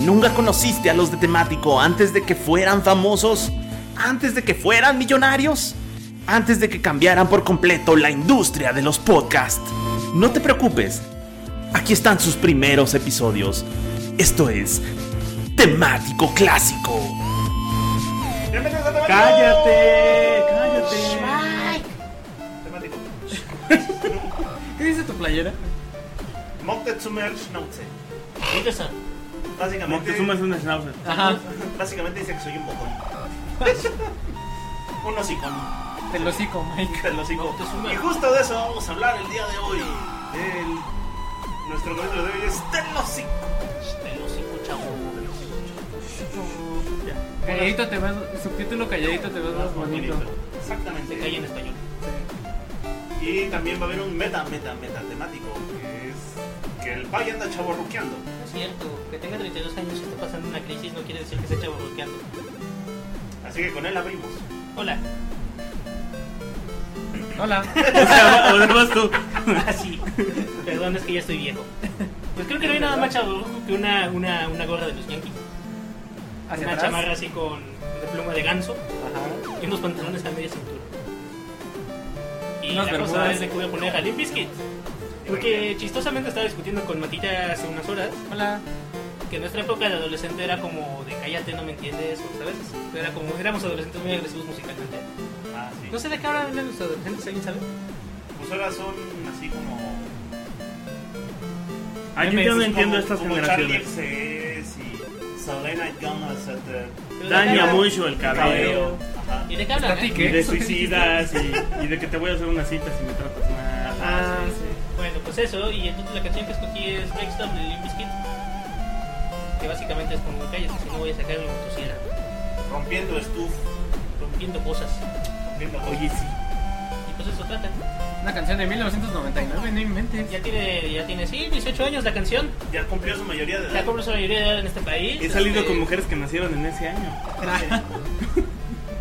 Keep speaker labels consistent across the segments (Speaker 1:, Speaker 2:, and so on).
Speaker 1: ¿Nunca conociste a los de temático antes de que fueran famosos? ¿Antes de que fueran millonarios? ¿Antes de que cambiaran por completo la industria de los podcasts? No te preocupes, aquí están sus primeros episodios. Esto es temático clásico.
Speaker 2: Bienvenidos a Temático.
Speaker 3: Cállate, cállate.
Speaker 2: Temático.
Speaker 3: ¿Qué dice tu playera?
Speaker 2: Moctezuma Schnauze.
Speaker 4: ¿Dónde está?
Speaker 2: Básicamente,
Speaker 3: Moctezuma es un schnauzer.
Speaker 4: Ajá,
Speaker 2: básicamente dice que soy un bocón. un hocicón.
Speaker 3: El hocico, Mike.
Speaker 2: Del hocico.
Speaker 4: Moctezuma.
Speaker 2: Y justo de eso vamos a hablar el día de hoy. El- nuestro capítulo de hoy es del hocico.
Speaker 4: el hocico, chavo.
Speaker 3: Calladito te ves, subtítulo calladito te ves más bonito.
Speaker 4: Se
Speaker 2: Exactamente.
Speaker 4: cae en español.
Speaker 2: Y también va a haber un meta, meta, meta temático, que es que el pay anda chaborruqueando.
Speaker 4: No es cierto, que tenga 32 años y esté pasando una crisis no quiere decir que se echa bloqueando.
Speaker 2: Así que con él abrimos.
Speaker 4: Hola.
Speaker 3: Hola. O sea, o sea, vas tú.
Speaker 4: Así. Ah, Perdón, es que ya estoy viejo. Pues creo que no hay nada más chaburruco que una, una, una gorra de los Yankees.
Speaker 3: Hacia
Speaker 4: una
Speaker 3: atrás.
Speaker 4: chamarra así con de pluma de ganso
Speaker 3: Ajá.
Speaker 4: y unos pantalones a media cintura. Y
Speaker 3: Unas
Speaker 4: la
Speaker 3: bermudas.
Speaker 4: cosa es de que voy a poner a Limp Bizkit. Porque chistosamente estaba discutiendo con Matita hace unas horas
Speaker 3: Hola.
Speaker 4: que nuestra época de adolescente era como de cállate, no me entiendes, o sabes, era como éramos adolescentes muy agresivos musicalmente.
Speaker 2: Ah, sí.
Speaker 4: No sé de qué hablan los adolescentes, ¿alguien sabe?
Speaker 2: Pues ahora son así como.
Speaker 3: Ay,
Speaker 2: como-
Speaker 3: yo no entiendo estas
Speaker 2: como Charlie
Speaker 3: generaciones.
Speaker 2: XCX y Selena Gomez at the
Speaker 4: Pero de qué
Speaker 3: Daña
Speaker 4: hablan.
Speaker 3: mucho el cabello.
Speaker 2: Cabello. Ajá.
Speaker 4: ¿Y de qué hablan? eh?
Speaker 3: Y
Speaker 4: ¿Qué?
Speaker 3: de suicidas y, y de que te voy a hacer una cita si me tratas mal.
Speaker 4: Ah,
Speaker 3: Ah,
Speaker 4: sí. Bueno, pues eso, y entonces la canción que escogí es Breakstop de Limp Bizkit, que básicamente es como calles, si no voy a sacar mi motosierra,
Speaker 2: Rompiendo estufa.
Speaker 4: rompiendo cosas.
Speaker 2: Rompiendo
Speaker 3: Oye, sí.
Speaker 4: Y pues eso trata.
Speaker 3: Una canción de 1999, no inventes.
Speaker 4: Ya tiene, ya tiene, sí, 18 años la canción,
Speaker 2: Ya cumplió su mayoría de
Speaker 4: la
Speaker 2: edad.
Speaker 4: compro su mayoría de edad en este país.
Speaker 3: He salido
Speaker 4: este,
Speaker 3: con mujeres que nacieron en ese año.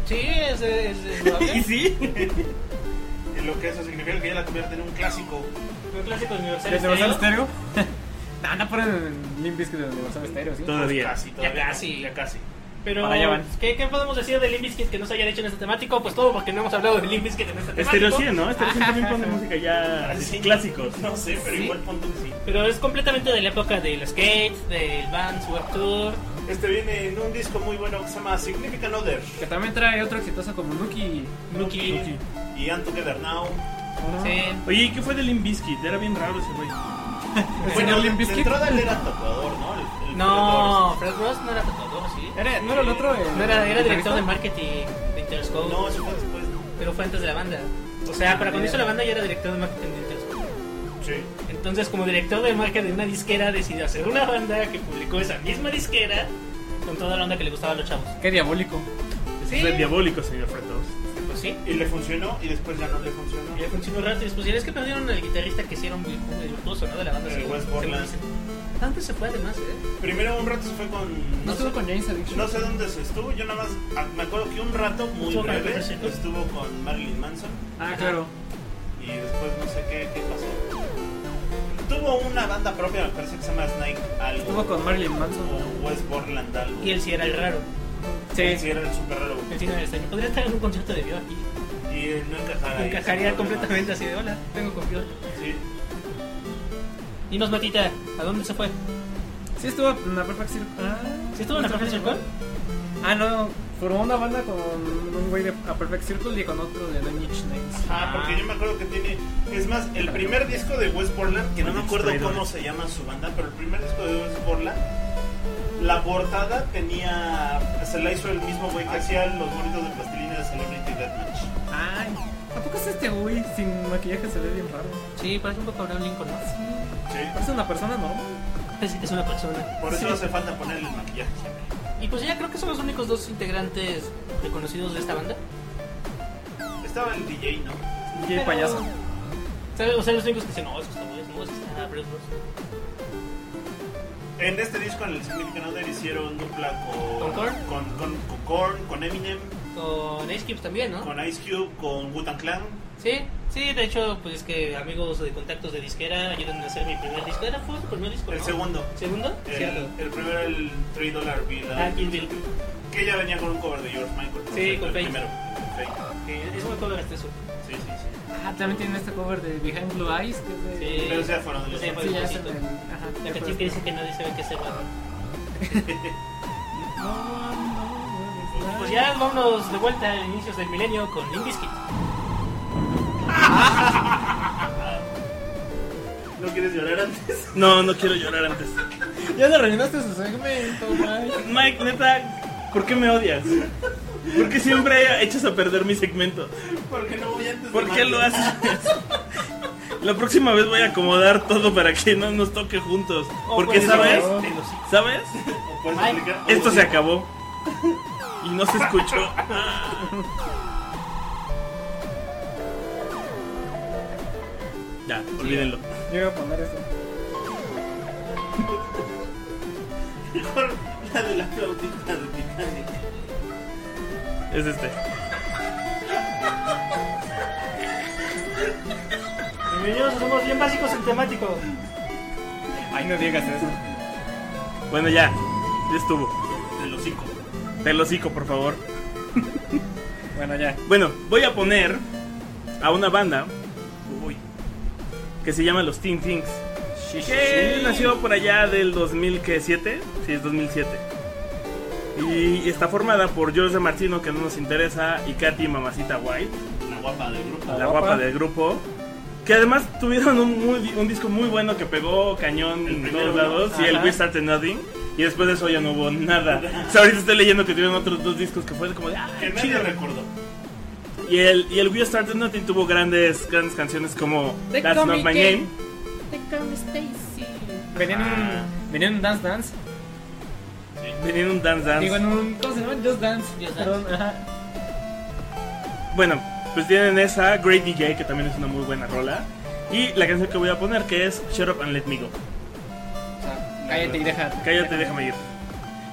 Speaker 4: Sí, es, es, es loable.
Speaker 3: ¿Y sí?
Speaker 2: Y Lo que eso significa que ya la convierte en un clásico.
Speaker 4: Un clásico universal.
Speaker 3: ¿De Universal
Speaker 4: estéreo.
Speaker 3: Stereo? No, no ponen Limp Bizkit de Universal Stereo, ¿sí?
Speaker 2: Pues
Speaker 3: Todavía.
Speaker 2: Casi, todavía no,
Speaker 4: casi.
Speaker 2: Ya casi.
Speaker 4: Pero,
Speaker 3: este Para allá van.
Speaker 4: ¿qué, ¿qué podemos decir de Limp Bizkit que no se hayan hecho en este temático? Pues todo, porque no hemos hablado de Limp Bizkit en este temático.
Speaker 3: Stereo 100, ¿no? Stereo 100 también pone música ya
Speaker 2: Ah, sí.
Speaker 3: clásicos.
Speaker 2: No sé, pero
Speaker 4: Sí.
Speaker 2: igual punto que sí.
Speaker 4: Pero es completamente de la época del skate, del Vans World Tour.
Speaker 2: Este viene en un disco muy bueno que se llama Significant Other
Speaker 3: Que también trae otro exitoso como Nuki. Ah.
Speaker 4: Nuki.
Speaker 2: y I'm Together Now.
Speaker 4: Sí.
Speaker 3: Oye, ¿y qué fue de Limp Bizkit? Era bien raro ese güey. ¿El
Speaker 2: Bueno,
Speaker 3: señor
Speaker 2: de
Speaker 3: Limp Bizkit?
Speaker 2: entrada él era tatuador, ¿no? El- el
Speaker 4: No, Fred Ross no era tatuador, sí.
Speaker 3: Era- ¿No era el otro? el
Speaker 4: No era, era director
Speaker 3: guitarrista?
Speaker 4: de marketing de Interscope,
Speaker 2: tatuador. No, eso fue después, ¿no?
Speaker 4: pero fue antes de la banda. O sea, para cuando hizo la banda ya era director de marketing de Interscope.
Speaker 2: Sí.
Speaker 4: Entonces, como director de marketing de una disquera, decidió hacer una banda que publicó esa misma disquera con toda la onda que le gustaba a los chavos.
Speaker 3: Qué diabólico.
Speaker 4: Sí,
Speaker 3: Es diabólico, señor Fretos.
Speaker 4: pues sí.
Speaker 2: Y le funcionó y después ya no le funcionó.
Speaker 4: Y Ya funcionó un rato y después, ya es que perdieron al guitarrista que hicieron muy, muy virtuoso, ¿no? De la banda.
Speaker 2: El
Speaker 4: según-
Speaker 2: Eh, Wes
Speaker 4: según
Speaker 2: Borland.
Speaker 4: dicen. Antes se fue además, ¿eh?
Speaker 2: Primero un rato se fue con.
Speaker 3: ¿No estuvo
Speaker 2: sé-
Speaker 3: con James Addiction?
Speaker 2: No sé dónde se estuvo, yo nada más ah, me acuerdo que un rato muy
Speaker 4: Estuvo con
Speaker 2: breve
Speaker 4: Peter Sheffield.
Speaker 2: estuvo con Marilyn Manson
Speaker 3: Ah, claro.
Speaker 2: y después no sé qué, qué pasó. Tuvo una banda propia, me parece que se llama Snake algo.
Speaker 3: Estuvo con Marilyn Manson.
Speaker 2: o West Borland algo.
Speaker 4: Y él sí era el raro.
Speaker 2: Él sí era el super raro.
Speaker 4: El cine del extraño. Podría estar en un concierto de Bio aquí.
Speaker 2: Y él no encajaba ahí.
Speaker 4: Encajaría
Speaker 2: sin problema.
Speaker 4: completamente así de hola, tengo confianza.
Speaker 2: Sí.
Speaker 4: Dinos, Matita, ¿a dónde se fue?
Speaker 3: Sí estuvo en la Perfect Circle. Ah,
Speaker 4: ¿Sí estuvo en la Perfect Circle?
Speaker 3: Ah, no. Formó una banda con un güey de A Perfect Circle y con otro de The Niche Names.
Speaker 2: Ah, porque yo me acuerdo que tiene. Es más, el primer disco de West Borland, que no me acuerdo cómo se llama su banda, pero el primer disco de West Borland, la portada tenía. Se la hizo el mismo güey
Speaker 4: Ah,
Speaker 2: que hacía los bonitos de plastilina de Celebrity Deathmatch.
Speaker 3: Ay, ¿a poco es este güey sin maquillaje se ve bien raro?
Speaker 4: Sí, parece un poco Abraham Lincoln, ¿no?
Speaker 2: Sí.
Speaker 3: Parece una persona normal.
Speaker 4: Pues Es, es una persona.
Speaker 2: Por eso
Speaker 3: Sí.
Speaker 2: hace falta ponerle el maquillaje.
Speaker 4: Y pues ya creo que son los únicos dos integrantes reconocidos de esta banda.
Speaker 2: Estaba el DJ, ¿no?
Speaker 3: Y el
Speaker 4: Pero-
Speaker 3: payaso.
Speaker 4: O sea, o sea, los únicos que dicen, no, eso está muy no, eso está Bruce Bruce.
Speaker 2: En este disco, en el Significant Other, hicieron dupla con.
Speaker 4: ¿Con Korn?
Speaker 2: Con, con, con Korn, con Eminem,
Speaker 4: Con Ice Cube también, ¿no?
Speaker 2: con Ice Cube, con Wu-Tang Clan.
Speaker 4: Sí, Sí, de hecho, pues es que amigos de contactos de disquera ayudan a hacer mi primer disco. ¿Era fue tu primer disco?
Speaker 2: El
Speaker 4: no?
Speaker 2: segundo.
Speaker 4: ¿Segundo?
Speaker 2: El,
Speaker 4: Cierto.
Speaker 2: el primero, el 3 Dollar Bill.
Speaker 4: Ah, Kill Bill.
Speaker 2: Que ya venía con un cover de George Michael.
Speaker 4: Sí,
Speaker 2: el
Speaker 4: con Fake.
Speaker 2: primero. Fake.
Speaker 4: Que es un cover hasta eso.
Speaker 2: Sí, sí, sí.
Speaker 3: Ah, también tienen este cover de Behind Blue Eyes. Que es de...
Speaker 4: Sí.
Speaker 2: Pero ya fueron los
Speaker 4: Sí,
Speaker 2: otros.
Speaker 4: fue
Speaker 3: Sí, ya
Speaker 4: despuésito.
Speaker 3: se me-
Speaker 4: La
Speaker 3: ajá, ya
Speaker 4: canción
Speaker 3: fue
Speaker 4: que dice
Speaker 3: después.
Speaker 4: que nadie sabe qué se va.
Speaker 5: Ah.
Speaker 3: No, no, no,
Speaker 4: Pues ya vámonos de vuelta a inicios del milenio con Limp Bizkit.
Speaker 2: ¿No quieres llorar antes?
Speaker 5: No, no quiero llorar antes.
Speaker 3: Ya le rellenaste su segmento, Mike.
Speaker 5: Mike, neta, ¿por qué me odias? ¿Por qué siempre echas a perder mi segmento?
Speaker 2: ¿Por qué no voy antes de
Speaker 5: ¿Por qué
Speaker 2: Mario?
Speaker 5: lo haces? La próxima vez voy a acomodar todo para que no nos toque juntos.
Speaker 4: Oh,
Speaker 5: Porque,
Speaker 4: pues,
Speaker 5: ¿sabes?
Speaker 4: no, te lo sí.
Speaker 5: ¿Sabes?
Speaker 2: ¿O puedes
Speaker 4: Ay,
Speaker 2: explicar?
Speaker 5: Esto
Speaker 2: Oh,
Speaker 5: se
Speaker 2: sí.
Speaker 5: acabó. Y no se escuchó. Ya, olvídenlo.
Speaker 3: Yo iba a poner esto.
Speaker 2: Mejor la de la flautita de Titanic.
Speaker 5: Es este.
Speaker 4: Bienvenidos, somos bien básicos en temático.
Speaker 3: Ay, no digas eso.
Speaker 5: Bueno, ya. Ya estuvo.
Speaker 2: Del hocico.
Speaker 5: Del hocico, por favor.
Speaker 3: Bueno, ya.
Speaker 5: Bueno, voy a poner a una banda uy, que se llama los Teen Things. Que nació por allá del 2007. Sí, es 2007. Y está formada por Jose Martino, que no nos interesa, y Katy Mamacita White,
Speaker 2: La guapa del grupo.
Speaker 5: la,
Speaker 3: guapa.
Speaker 5: guapa. del grupo. Que además tuvieron un, muy- un disco muy bueno que pegó cañón
Speaker 2: El
Speaker 5: en
Speaker 2: primero,
Speaker 5: todos
Speaker 2: ¿no?
Speaker 5: lados. Y el
Speaker 3: Ajá.
Speaker 5: We Started Nothing. Y después de eso ya no hubo nada. O sea, ahorita estoy leyendo que tuvieron otros dos discos que fue como de. Ah,
Speaker 2: Que nadie
Speaker 5: chido.
Speaker 2: recordó.
Speaker 5: Y el, y el We Started Nothing tuvo grandes, grandes canciones como
Speaker 3: The
Speaker 5: That's Not My
Speaker 3: Comic
Speaker 5: Game.
Speaker 3: Venían
Speaker 5: Ah.
Speaker 3: un, venían un Dance Dance.
Speaker 5: Venían un Dance Dance.
Speaker 3: Digo, en un. ¿Cómo se llama? Just Dance.
Speaker 4: Just Dance.
Speaker 3: Perdón, ajá.
Speaker 5: Bueno, pues tienen esa, Great DJ, que también es una muy buena rola. Y la canción que voy a poner que es Shut Up and Let Me Go.
Speaker 3: O sea, cállate y deja.
Speaker 5: Cállate, déjame ir.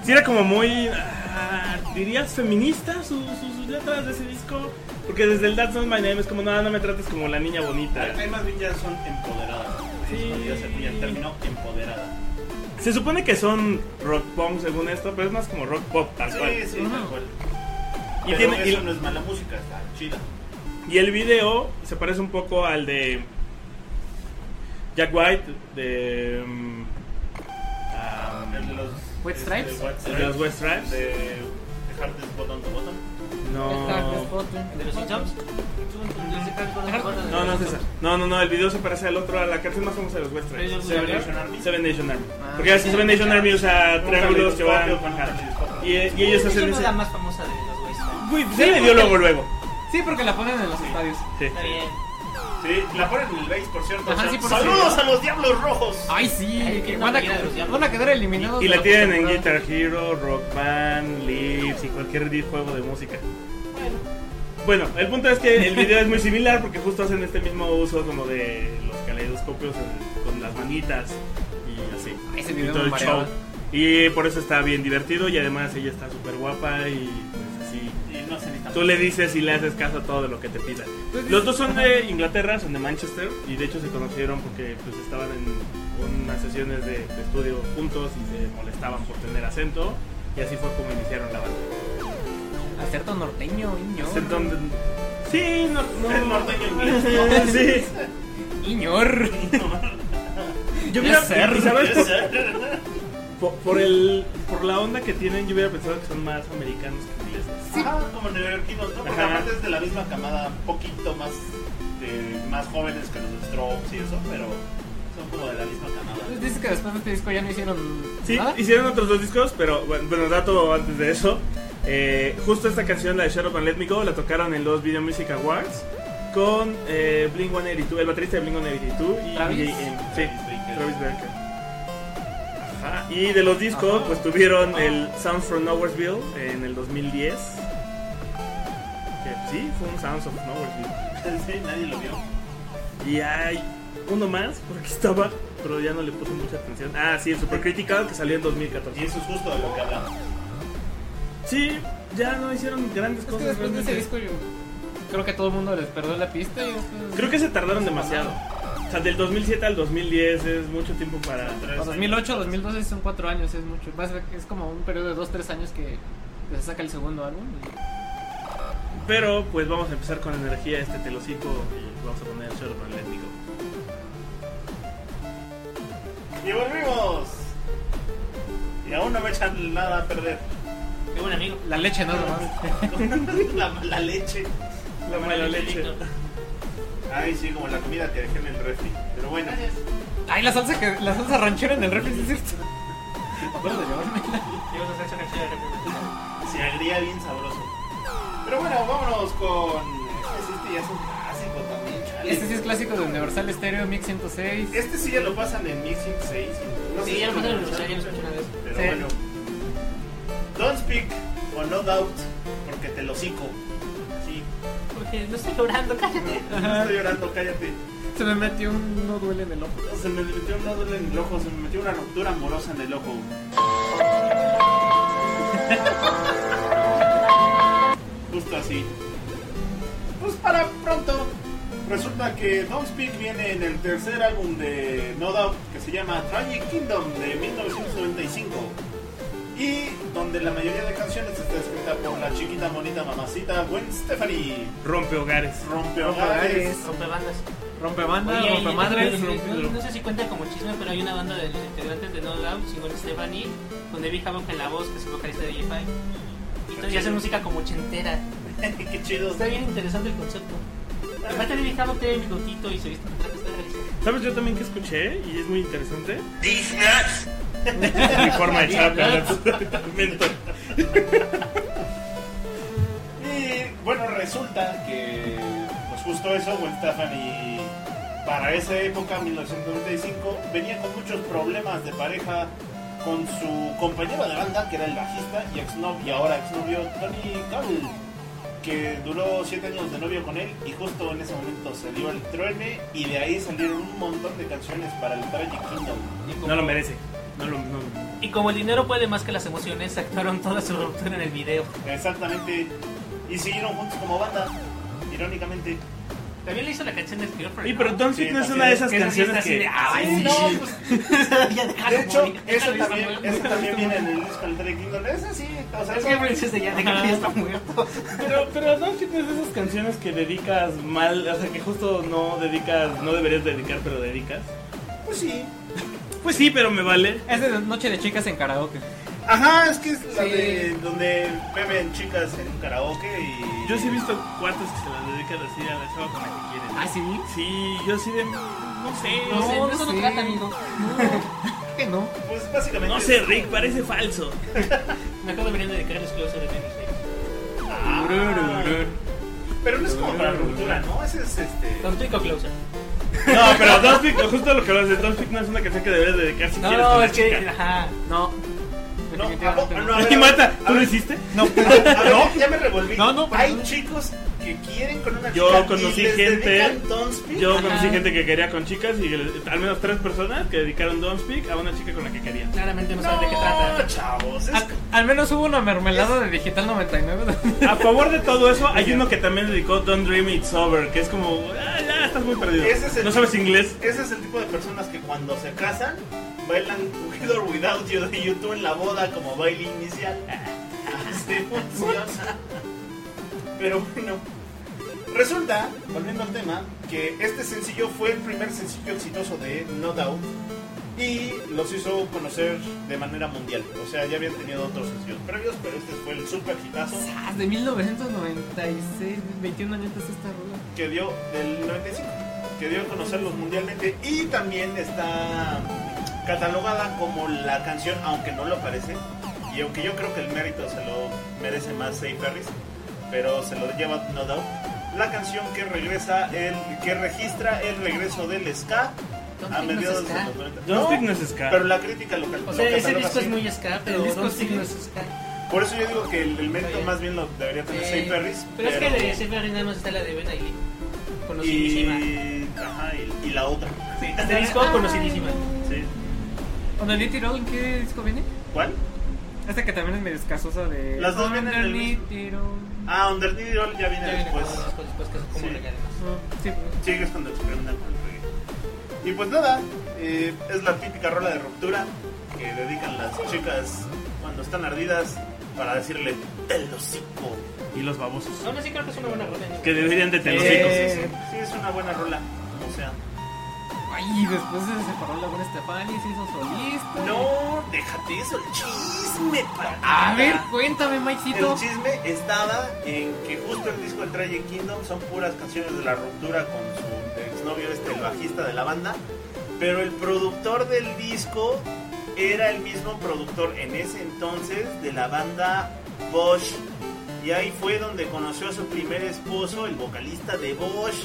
Speaker 5: Si era como muy. ah, dirías feminista su- su- sus letras de ese disco. Porque desde el That's Not My Name es como, no, no me trates como la niña bonita.
Speaker 2: Hay más bien ya son empoderadas.
Speaker 5: Sí.
Speaker 2: Ya se acuña el término empoderada.
Speaker 5: Se supone que son rock punk según esto, pero es más como rock pop, tal cual.
Speaker 2: Sí, sí, tal cual.
Speaker 5: Y
Speaker 2: Pero
Speaker 5: tiene-
Speaker 2: eso
Speaker 5: y-
Speaker 2: no es mala música, está chida.
Speaker 5: Y el video se parece un poco al de Jack White de, mm, um,
Speaker 2: El de los.
Speaker 3: White
Speaker 2: este,
Speaker 3: Stripes?
Speaker 2: White
Speaker 5: El de los White Stripes.
Speaker 2: De de Hardest Bottom to Bottom.
Speaker 5: no,
Speaker 4: ¿De los Simpsons? No,
Speaker 5: no, no es esa. No, no, no, el video se parece al otro, a la canción más famosa de los White Stripes.
Speaker 2: Seven Nation Army.
Speaker 5: Seven Nation Army.
Speaker 3: Ah.
Speaker 5: Porque así Seven Nation Army usa
Speaker 2: Un
Speaker 5: triángulos que van.
Speaker 2: caleidoscopio con un caleidoscopio.
Speaker 5: Y, eh, y ellos hacen
Speaker 4: es
Speaker 5: ese.
Speaker 4: la más famosa de los West Side.
Speaker 5: Uy, se le dio luego, luego.
Speaker 3: Sí, porque la ponen en los estadios.
Speaker 5: Sí.
Speaker 4: Está bien.
Speaker 2: Sí, la ponen en el base, por cierto.
Speaker 3: Ajá,
Speaker 2: O sea,
Speaker 3: sí, por
Speaker 2: Saludos
Speaker 3: cierto.
Speaker 2: a los Diablos Rojos.
Speaker 3: Ay, sí.
Speaker 4: Ay, qué
Speaker 3: van, a,
Speaker 4: maravilla de los diablos.
Speaker 3: van a quedar eliminados.
Speaker 5: Y
Speaker 3: de
Speaker 5: la tienen en
Speaker 3: postemporada.
Speaker 5: Guitar Hero, Rock Band, Leaves y cualquier juego de música.
Speaker 4: Bueno,
Speaker 5: Bueno, el punto es que el video es muy similar porque justo hacen este mismo uso como de los caleidoscopios en- con las manitas y así.
Speaker 3: Ese
Speaker 5: Y
Speaker 3: video
Speaker 5: todo
Speaker 3: me
Speaker 5: el show.
Speaker 3: mareaba.
Speaker 5: Y por eso está bien divertido y además ella está súper guapa y pues así.
Speaker 2: Y no se necesita.
Speaker 5: Tú le dices y le haces caso a todo de lo que te pida. Los dos son de Inglaterra, son de Manchester y de hecho se conocieron porque pues estaban en unas sesiones de, de estudio juntos y se molestaban por tener acento y así fue como iniciaron la banda.
Speaker 3: Acierto norteño, niño.
Speaker 5: Entonces, sí, no, no,
Speaker 2: Es norteño inglés.
Speaker 5: Sí.
Speaker 3: Iñor. Ya
Speaker 5: Yo hubiera,
Speaker 3: ser.
Speaker 5: y sabes,
Speaker 2: Es
Speaker 5: por, por- por el, por la onda que tienen, yo hubiera pensado que son más americanos que ingleses.
Speaker 2: Ajá, ah, como neoyorquinos, ¿no? Porque
Speaker 5: Ajá.
Speaker 2: aparte es de la misma camada, un poquito más, de, más jóvenes que los Strokes y eso, pero son como de la misma
Speaker 3: Pues
Speaker 2: camada.
Speaker 3: Dices que después de este disco ya no hicieron
Speaker 5: Sí,
Speaker 3: nada.
Speaker 5: hicieron otros dos discos, pero bueno, bueno, dato antes de eso. eh, justo esta canción, la de Shadow and Let Me Go, la tocaron en los Video Music Awards con eh, Blink 182, el baterista de Blink 182 y
Speaker 3: Travis.
Speaker 5: DJ M. Sí,
Speaker 2: Travis Barker.
Speaker 5: Travis Barker. Ajá, Y de los discos, pues tuvieron el Sounds from Nowheresville en el 2010. Que sí, fue un Sounds of Nowheresville.
Speaker 2: Sí, nadie lo vio.
Speaker 5: Y hay uno más, porque estaba, pero ya no le puse mucha atención. Ah, sí, el Supercritical que salió en
Speaker 2: Y
Speaker 5: 2014.
Speaker 2: eso es justo de lo que hablamos.
Speaker 5: Sí, ya no hicieron grandes
Speaker 3: Es que
Speaker 5: cosas.
Speaker 3: después de ese disco
Speaker 5: realmente.
Speaker 3: yo creo que todo el mundo les perdió la pista. Y después-
Speaker 5: Creo que se tardaron demasiado. O sea, del 2007 al 2010 es mucho tiempo para...
Speaker 3: O 2008, 2012 son cuatro años, es mucho. Más- Es como un periodo de dos, tres años que se saca el segundo álbum. y-
Speaker 5: Pero pues vamos a empezar con energía este telocico y vamos a poner el suelo magnético.
Speaker 2: Y volvimos. Y aún no me echan nada a perder.
Speaker 4: Qué buen amigo.
Speaker 3: La leche, no, nomás.
Speaker 2: la, la leche.
Speaker 5: La mala leche.
Speaker 4: Víctor.
Speaker 2: Ay, sí, como la comida que dejé en el refri. Pero bueno.
Speaker 4: Gracias.
Speaker 3: Ay, la salsa, que, la salsa ranchera en el refri, ¿sí es cierto. Acuérdate de llevármela.
Speaker 4: Y vamos a hacer esa canción de repente.
Speaker 2: Se agría bien sabroso. Pero bueno, vámonos con. Este, este ya es un clásico también, chale.
Speaker 3: Este sí es clásico de Universal Stereo Mix 106.
Speaker 2: Este sí ya lo pasan en Mix 6. No
Speaker 4: Sí,
Speaker 2: sé
Speaker 4: ya
Speaker 2: si
Speaker 4: no
Speaker 2: lo
Speaker 4: pasan en Universal,
Speaker 2: pasan.
Speaker 4: ya no escucho nada de eso.
Speaker 2: Pero
Speaker 3: Sí.
Speaker 2: bueno. Don't speak o no doubt, porque te lo cico. Sí,
Speaker 4: Porque no estoy llorando, cállate.
Speaker 2: no estoy llorando, cállate.
Speaker 3: Se Este me metió un no duele en el ojo.
Speaker 2: Se me metió un nódulo en el ojo, se me metió una ruptura amorosa en el ojo. Justo así. Pues para pronto. Resulta que Don't Speak viene en el tercer álbum de No Doubt que se llama Tragic Kingdom de 1995. Y donde la mayoría de canciones está escrita por la chiquita bonita mamacita Gwen Stefani.
Speaker 5: Rompe hogares.
Speaker 2: Rompe
Speaker 3: Hogares.
Speaker 2: hogares.
Speaker 4: Rompe bandas.
Speaker 3: Rompe banda, rompe madres.
Speaker 4: No, no sé si cuenta como chisme, pero hay una banda de los integrantes de No Doubt, Simone Stephanie, con David Havok en la voz, que es el vocalista de J5. Y entonces hacen música como ochentera.
Speaker 2: Qué chido.
Speaker 4: Está bien interesante el concepto. Aparte David Havok tiene bigotito y se viste con traje, está rarísimo.
Speaker 5: ¿Sabes yo también que escuché? Y es muy interesante. Mi forma de echar a perder su mentor.
Speaker 2: Y bueno, resulta que pues justo eso, Gwen Stefani para esa época, 1995, venía con muchos problemas de pareja con su compañero de banda, que era el bajista y exnovio, y ahora exnovio Tony Cowell, que duró 7 años de novio con él y justo en ese momento se dio el truene y de ahí salieron un montón de canciones para el Tragic Kingdom.
Speaker 4: Y como-
Speaker 5: No lo merece. No lo... no.
Speaker 4: Y como el dinero puede más que las emociones, actuaron toda su ruptura en el video.
Speaker 2: Exactamente, y siguieron juntos como banda, irónicamente.
Speaker 4: También le hizo la canción del Fear
Speaker 5: Y pero Don't Speak
Speaker 2: Sí,
Speaker 5: no es
Speaker 2: también.
Speaker 5: una de esas
Speaker 4: Que es
Speaker 5: canciones
Speaker 4: así
Speaker 5: que...
Speaker 4: de,
Speaker 3: ah,
Speaker 4: ay,
Speaker 2: Sí,
Speaker 4: sí,
Speaker 2: no,
Speaker 4: sí. Ya déjalo
Speaker 2: De hecho,
Speaker 4: morir,
Speaker 2: eso
Speaker 4: Ah, déjalo,
Speaker 2: también,
Speaker 4: Ismael.
Speaker 2: eso también viene en el disco del Trey Kingdom. Ese sí, o sea,
Speaker 4: Es que Princess de ya, déjalo, ya está muerto.
Speaker 5: Pero, pero Don't Speak no es de esas canciones que dedicas mal. O sea, que justo no dedicas... No deberías dedicar, pero dedicas.
Speaker 2: Pues sí.
Speaker 5: Pues sí, pero me vale.
Speaker 3: Es de Noche de Chicas en Karaoke.
Speaker 2: Ajá, es que es la
Speaker 3: Sí.
Speaker 2: de donde beben chicas en un karaoke y.
Speaker 5: Yo sí he visto cuates que se las dedican así a la chava con la que quieren.
Speaker 3: ¿Ah, sí?
Speaker 5: Sí, yo sí de. No sé,
Speaker 4: No,
Speaker 5: no sé.
Speaker 4: sé, de eso no
Speaker 3: sí.
Speaker 4: trata, amigo.
Speaker 3: ¿Qué no?
Speaker 2: Pues básicamente.
Speaker 5: No sé, Rick, parece falso.
Speaker 4: Me acabo de dedicar los closets de Menos
Speaker 2: Ah. Pero no es como para ruptura, ¿no? Ese es este.
Speaker 4: Los Pico Closer.
Speaker 5: No, pero Don't Speak, justo lo que hablas de Don't Speak no es una canción que deberías dedicar si quieres.
Speaker 4: No,
Speaker 5: con la
Speaker 4: es que.
Speaker 5: chica.
Speaker 4: Ajá.
Speaker 3: No.
Speaker 2: No,
Speaker 3: Definitivamente
Speaker 2: ah,
Speaker 3: no.
Speaker 2: no, no.
Speaker 5: Y mata,
Speaker 2: A
Speaker 5: ¿tú lo
Speaker 2: ver.
Speaker 5: hiciste?
Speaker 3: No,
Speaker 2: A ver, ya me revolví.
Speaker 3: No, no, pero-
Speaker 2: Hay chicos que quieren con una
Speaker 5: Yo
Speaker 2: chica. y
Speaker 5: conocí
Speaker 2: les
Speaker 5: gente-
Speaker 2: dedican Don't Speak.
Speaker 5: Yo
Speaker 4: Ajá.
Speaker 5: conocí gente que quería con chicas y le- al menos tres personas que dedicaron Don't Speak a una chica con la que querían.
Speaker 4: Claramente no
Speaker 2: No,
Speaker 4: saben de qué trata.
Speaker 2: chavos. Es...
Speaker 3: Al, al menos hubo una mermelada de Digital 99.
Speaker 5: A favor de todo eso, hay uno que también dedicó Don't Dream It's Over, que es como, ah, ya estás muy perdido.
Speaker 2: Ese es el-
Speaker 5: No sabes inglés.
Speaker 2: Ese es el tipo de personas que cuando se casan bailan With or Without You de YouTube en la boda como baile inicial. Así funciona. Pero bueno, resulta, volviendo al tema, que este sencillo fue el primer sencillo exitoso de No Doubt y los hizo conocer de manera mundial. O sea, ya habían tenido otros sencillos previos, pero este fue el super hitazo
Speaker 3: Sas, de 1996, 21 años es esta rola.
Speaker 2: que dio del 95, que dio a conocerlos mundialmente y también está catalogada como la canción, aunque no lo parece, y aunque yo creo que el mérito se lo merece más Say Ferris, pero se lo lleva No Doubt, la canción que regresa el que registra el regreso del ska
Speaker 4: Don't
Speaker 2: a
Speaker 4: Speak no es
Speaker 2: mediados de
Speaker 4: ska.
Speaker 2: los 90.
Speaker 5: Don't
Speaker 2: No,
Speaker 5: Speak no es ska.
Speaker 2: Pero la crítica local.
Speaker 4: O sea, ese disco es muy ska, pero
Speaker 3: El disco
Speaker 4: Don't
Speaker 3: sí.
Speaker 4: Speak no es ska.
Speaker 2: Por eso yo digo que el, el mérito
Speaker 4: Oye.
Speaker 2: más bien lo debería tener Say
Speaker 4: Eh,
Speaker 2: Ferris.
Speaker 4: Pero es que de Sefer nada más está la de Ben Ailey. Conocidísima.
Speaker 2: y, ajá, y, y la otra. Sí.
Speaker 4: Este disco conocidísima.
Speaker 5: Sí.
Speaker 3: ¿Donde Tirol en qué disco viene?
Speaker 2: ¿Cuál?
Speaker 3: Esta que también es medio escasosa de.
Speaker 2: Las dos vienen en el
Speaker 3: Underneath it all.
Speaker 2: Ah, Underneath It All ya viene
Speaker 4: Ya viene como
Speaker 2: después.
Speaker 4: un disco después pues, que es como
Speaker 2: Sí.
Speaker 4: regalo.
Speaker 3: Ah, sí, pues.
Speaker 2: Sigues con el Superman con el reggae. Y pues nada, eh, es la típica rola de ruptura que dedican las chicas cuando están ardidas para decirle el hocico.
Speaker 5: Y los babosos.
Speaker 4: Aún así creo que es una buena rola.
Speaker 5: Que deberían de tener
Speaker 3: Eh.
Speaker 5: hocicos.
Speaker 2: Sí, es una buena rola. O sea,
Speaker 3: Ay, después se separó la buena Stefani, se hizo solista.
Speaker 2: no, déjate eso, el chisme. Para
Speaker 3: A ver, cuéntame,
Speaker 2: El
Speaker 3: Maicito.
Speaker 2: chisme estaba en que justo el disco de Tragic Kingdom son puras canciones de la ruptura con su exnovio, este, el bajista de la banda. Pero el productor del disco era el mismo productor en ese entonces de la banda Bosch. Y ahí fue donde conoció a su primer esposo, el vocalista de Bosch.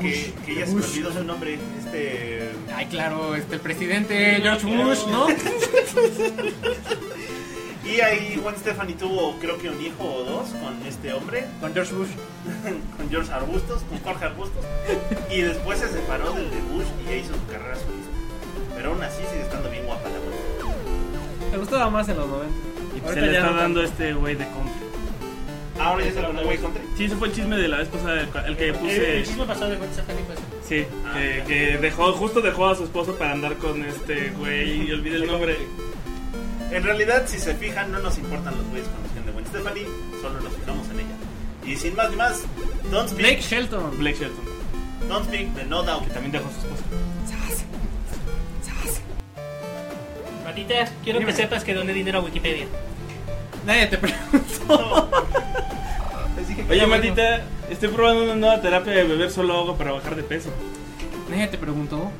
Speaker 2: Que, que ya se me olvidó su nombre, este.
Speaker 3: Ay, claro, este, el presidente George Bush, ¿no?
Speaker 2: Y ahí Juan Stephanie tuvo, creo que un hijo o dos con este hombre.
Speaker 3: Con George Bush.
Speaker 2: con George Arbustos, con Jorge Arbustos, y después se separó del de Bush y ya hizo su carrera solista. Pero aún así sigue estando bien guapa la mujer.
Speaker 3: Me gustaba más en los 90.
Speaker 5: Y pues
Speaker 3: Ahorita
Speaker 5: se le
Speaker 3: ya
Speaker 5: está
Speaker 3: no
Speaker 5: dando este güey de country.
Speaker 2: Ahora ya se la güey country.
Speaker 5: Sí, ese fue el chisme de la vez pasada, el, cua- el que
Speaker 4: El,
Speaker 5: puse.
Speaker 4: el chisme pasado de Gwen Stefani fue eso.
Speaker 5: Sí,
Speaker 2: Eh, Ah,
Speaker 5: que,
Speaker 2: ya.
Speaker 5: que dejó, justo dejó a su esposo para andar con este güey. Y olvidé el nombre.
Speaker 2: En realidad, si se fijan, no nos importan los güeyes con los que de Gwen Stefani, solo nos fijamos en ella. Y sin más ni más, Don't
Speaker 3: tanto. Blake
Speaker 2: Speak,
Speaker 3: Shelton.
Speaker 5: Blake Shelton.
Speaker 2: Don't Speak de No Doubt.
Speaker 5: Que también dejó a su esposo.
Speaker 4: Matita, quiero
Speaker 3: Dime.
Speaker 4: que sepas que doné dinero a Wikipedia.
Speaker 3: Nadie te preguntó.
Speaker 2: Les dije
Speaker 5: Oye, Matita, estoy probando una nueva terapia de beber solo agua para bajar de peso.
Speaker 3: Nadie te preguntó.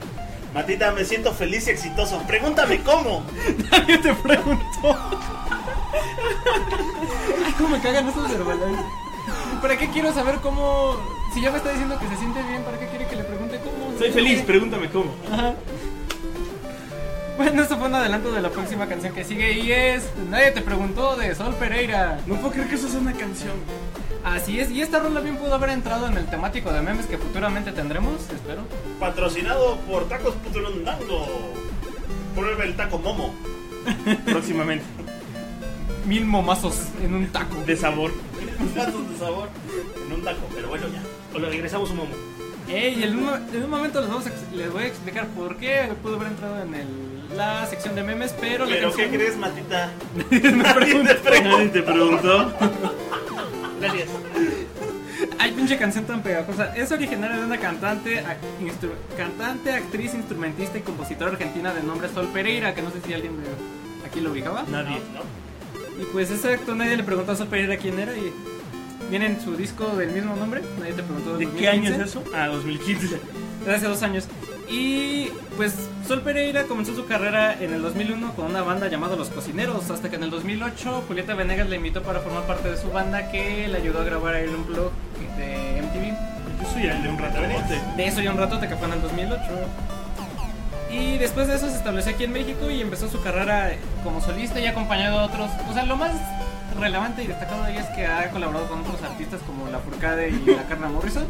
Speaker 2: Matita, me siento feliz y exitoso. Pregúntame cómo.
Speaker 3: Nadie te preguntó. Ay, cómo me cagan estos Herbalife. ¿Para qué quiero saber cómo? Si ya me está diciendo que se siente bien, ¿para qué quiere que le pregunte cómo?
Speaker 5: Soy feliz, pregúntame cómo.
Speaker 3: Ajá. Bueno, esto fue un adelanto de la próxima canción que sigue y es Nadie te preguntó de Sol Pereira.
Speaker 5: No puedo creer que eso sea una canción.
Speaker 3: Así es, y esta rola bien pudo haber entrado en el temático de memes que futuramente tendremos, espero.
Speaker 2: Patrocinado por Tacos Putrundango. Prueba el taco momo.
Speaker 5: Próximamente.
Speaker 3: Mil momazos en un taco.
Speaker 5: De sabor.
Speaker 2: Platos de sabor en un taco, pero bueno, ya.
Speaker 4: O lo regresamos un momo.
Speaker 3: Ey, en un, mo- en un momento les, vamos a ex- les voy a explicar por qué pudo haber entrado en el- la sección de memes, pero... la
Speaker 2: ¿Pero qué
Speaker 3: canción-
Speaker 2: crees, Matita?
Speaker 3: me pregunto.
Speaker 5: Nadie te preguntó.
Speaker 4: Gracias.
Speaker 3: Ay, pinche canción tan pegajosa. Es originaria de una cantante, ac- instru- cantante, actriz, instrumentista y compositora argentina de nombre Sol Pereira, que no sé si alguien de- aquí lo ubicaba.
Speaker 5: Nadie.
Speaker 2: No,
Speaker 3: Y pues exacto, nadie le preguntó a Sol Pereira quién era y viene en su disco del mismo nombre. Nadie te preguntó.
Speaker 5: ¿De qué
Speaker 3: 2015.
Speaker 5: año es eso? Ah, 2015.
Speaker 3: de hace dos años. Y pues Sol Pereira comenzó su carrera en el 2001 con una banda llamada Los Cocineros, hasta que en el 2008 Julieta Venegas la invitó para formar parte de su banda que le ayudó a grabar el Unplug de MTV.
Speaker 5: Yo soy el de un ratote.
Speaker 3: De eso ya un rato te fue en el 2008. Y después de eso se estableció aquí en México y empezó su carrera como solista y acompañado a otros. O sea, lo más relevante y destacado de ella es que ha colaborado con otros artistas como La Furcade y La Carna Morrison.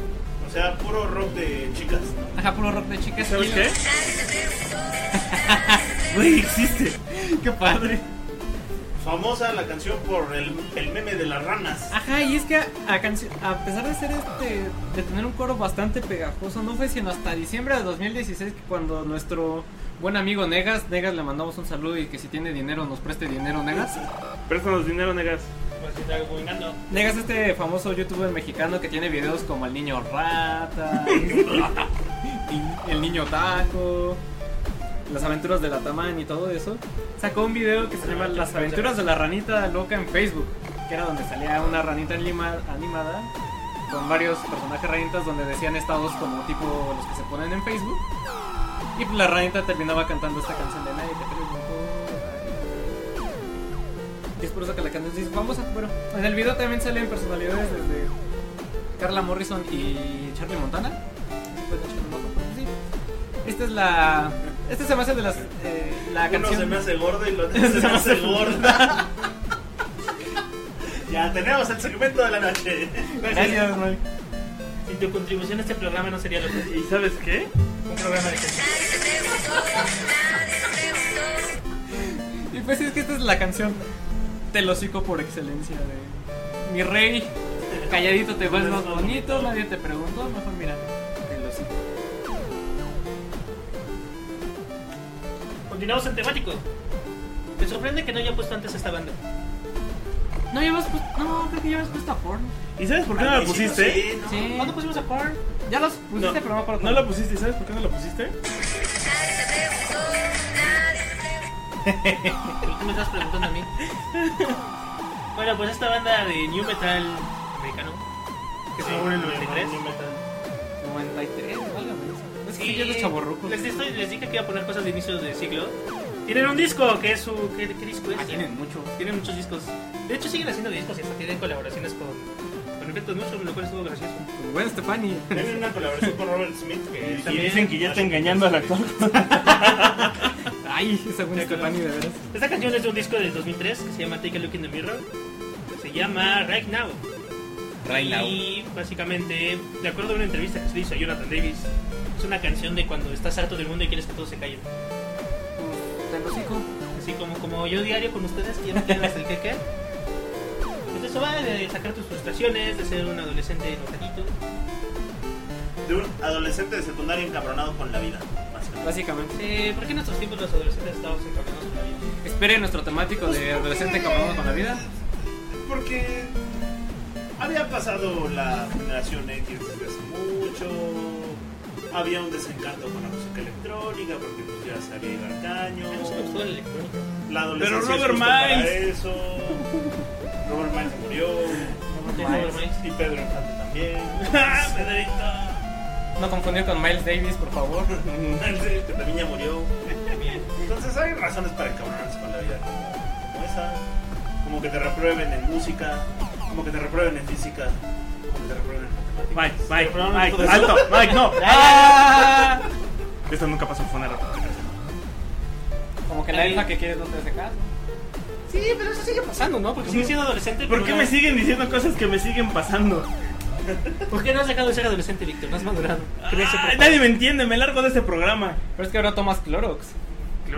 Speaker 2: O sea, puro rock de chicas. ¿no?
Speaker 3: Ajá, puro rock de chicas.
Speaker 5: ¿Sabes
Speaker 3: Y-
Speaker 5: qué? Güey, existe.
Speaker 3: ¡Qué padre!
Speaker 2: Famosa la canción por el, el meme de las ranas.
Speaker 3: Ajá, y es que a, a cancio- a pesar de ser este, de tener un coro bastante pegajoso, no fue sino hasta diciembre de 2016 que cuando nuestro buen amigo Negas, Negas le mandamos un saludo y que si tiene dinero nos preste dinero Negas.
Speaker 5: Préstanos dinero, negas.
Speaker 4: Pues está comunicando.
Speaker 3: Negas este famoso youtuber mexicano que tiene videos como el niño rata, y el niño taco, las aventuras de la tamán y todo eso. Sacó un video que se llama Las aventuras de la ranita loca en Facebook, que era donde salía una ranita anima- animada con varios personajes ranitas donde decían estados como tipo los que se ponen en Facebook. Y pues la ranita terminaba cantando esta canción de nadie te preguntó. Y es por eso que la canción se hizo famosa. Bueno, en el video también salen personalidades desde Carla Morrison y Charlie Montana. Sí, pues, Charlie Montana, pues, sí. Esta es la. Esta se me hace de las. eh, la
Speaker 2: Uno
Speaker 3: canción.
Speaker 2: se me hace gordo y lo otro se me hace gorda. ya tenemos el segmento de la noche.
Speaker 3: Gracias, Mario.
Speaker 4: Sin tu contribución a este programa no sería lo que es
Speaker 5: ¿Y sabes qué?
Speaker 4: un programa de canciones.
Speaker 3: Y Pues es que esta es la canción Te lo hocico por excelencia de Mi rey, calladito te ves más bonito, nadie te preguntó, mejor mira, te lo hocico.
Speaker 4: Continuamos en temáticos. Me sorprende que no haya puesto antes esta banda.
Speaker 3: No llevas pues, no, creo que llevas puesta porno.
Speaker 5: ¿Y sabes por qué no la pusiste?
Speaker 3: Sí.
Speaker 4: ¿Cuándo pusimos a Korn?
Speaker 3: Ya los pusiste,
Speaker 5: No,
Speaker 3: pero no me acuerdo
Speaker 5: no
Speaker 3: cuándo.
Speaker 5: la pusiste, ¿y sabes por qué no la pusiste?
Speaker 4: Pero tú me estás preguntando a mí. Bueno, pues esta banda de New Metal americano, que se
Speaker 2: Sí,
Speaker 4: formó en el
Speaker 2: no,
Speaker 4: 93.
Speaker 2: no, no metan.
Speaker 3: 93, válgame eso. Es que
Speaker 4: Sí,
Speaker 3: yo los chaborrucos.
Speaker 4: Les, estoy- les dije que iba a poner cosas de inicio de siglo. Tienen un disco, que es su. ¿Qué, qué disco es?
Speaker 3: Ah, tienen mucho.
Speaker 4: Tienen muchos discos. De hecho, siguen haciendo discos y hasta tienen colaboraciones con. Con Efectos Mushroom, lo cual estuvo gracioso.
Speaker 3: Bueno, Stefani.
Speaker 2: Tienen una colaboración con Robert Smith que
Speaker 5: Y
Speaker 2: también-
Speaker 5: dicen que ya está engañando al actor.
Speaker 3: Ay, según
Speaker 4: Ya
Speaker 3: Stefani, de veras.
Speaker 4: Esta canción es de un disco del 2003 que se llama Take a Look in the Mirror. Se llama Right Now. Y básicamente, de acuerdo a una entrevista que se le hizo a Jonathan Davis, es una canción de cuando estás harto del mundo y quieres que todos se callen.
Speaker 3: Te lo hocico.
Speaker 4: Así como, como yo diario con ustedes, que ya me tienen hasta el queque. Pues eso va de sacar tus frustraciones, de ser un adolescente enojadito.
Speaker 2: de un adolescente de secundaria encabronado con la vida. básicamente.
Speaker 3: Básicamente.
Speaker 4: Eh, ¿Por qué en nuestros tiempos los adolescentes estábamos encabronados con la vida?
Speaker 3: Espere nuestro temático de adolescente acabado con la vida.
Speaker 2: Porque había pasado la generación X desde hace mucho. Había un desencanto con la música electrónica porque pues, ya se había ido al caño.
Speaker 4: A mí se me gustó la electrónica.
Speaker 2: La
Speaker 5: Pero
Speaker 2: adolescencia es
Speaker 5: Robert
Speaker 2: justo para
Speaker 5: Miles.
Speaker 2: eso. Robert Miles murió.
Speaker 4: Sí, Robert Miles.
Speaker 2: Y Pedro Infante también.
Speaker 5: ¡Ah, Pedrito!
Speaker 3: No confundir con Miles Davis, por favor.
Speaker 2: que también ya murió. Entonces hay razones para encabronarse con la vida como, como esa. Como que te reprueben en música, como que te reprueben en física, como que te reprueben en matemáticas.
Speaker 5: Mike, Mike,
Speaker 2: Pero no,
Speaker 5: Mike,
Speaker 2: todo eso.
Speaker 5: alto, Mike, no.
Speaker 3: Ah,
Speaker 5: Esto nunca pasó fue una ratada.
Speaker 3: Como que la hija que quieres no te hace caso.
Speaker 4: Sí, pero eso sigue pasando, ¿no? Porque sigue siendo adolescente.
Speaker 5: ¿Por
Speaker 4: pero
Speaker 5: qué
Speaker 4: no-
Speaker 5: me siguen diciendo cosas que me siguen pasando?
Speaker 4: ¿Por qué no has dejado de ser adolescente, Víctor? No has madurado. Crece,
Speaker 5: Ay,
Speaker 4: por
Speaker 5: nadie me entiende, me largo de este programa.
Speaker 3: Pero es que ahora tomas
Speaker 4: favor.
Speaker 3: Clorox.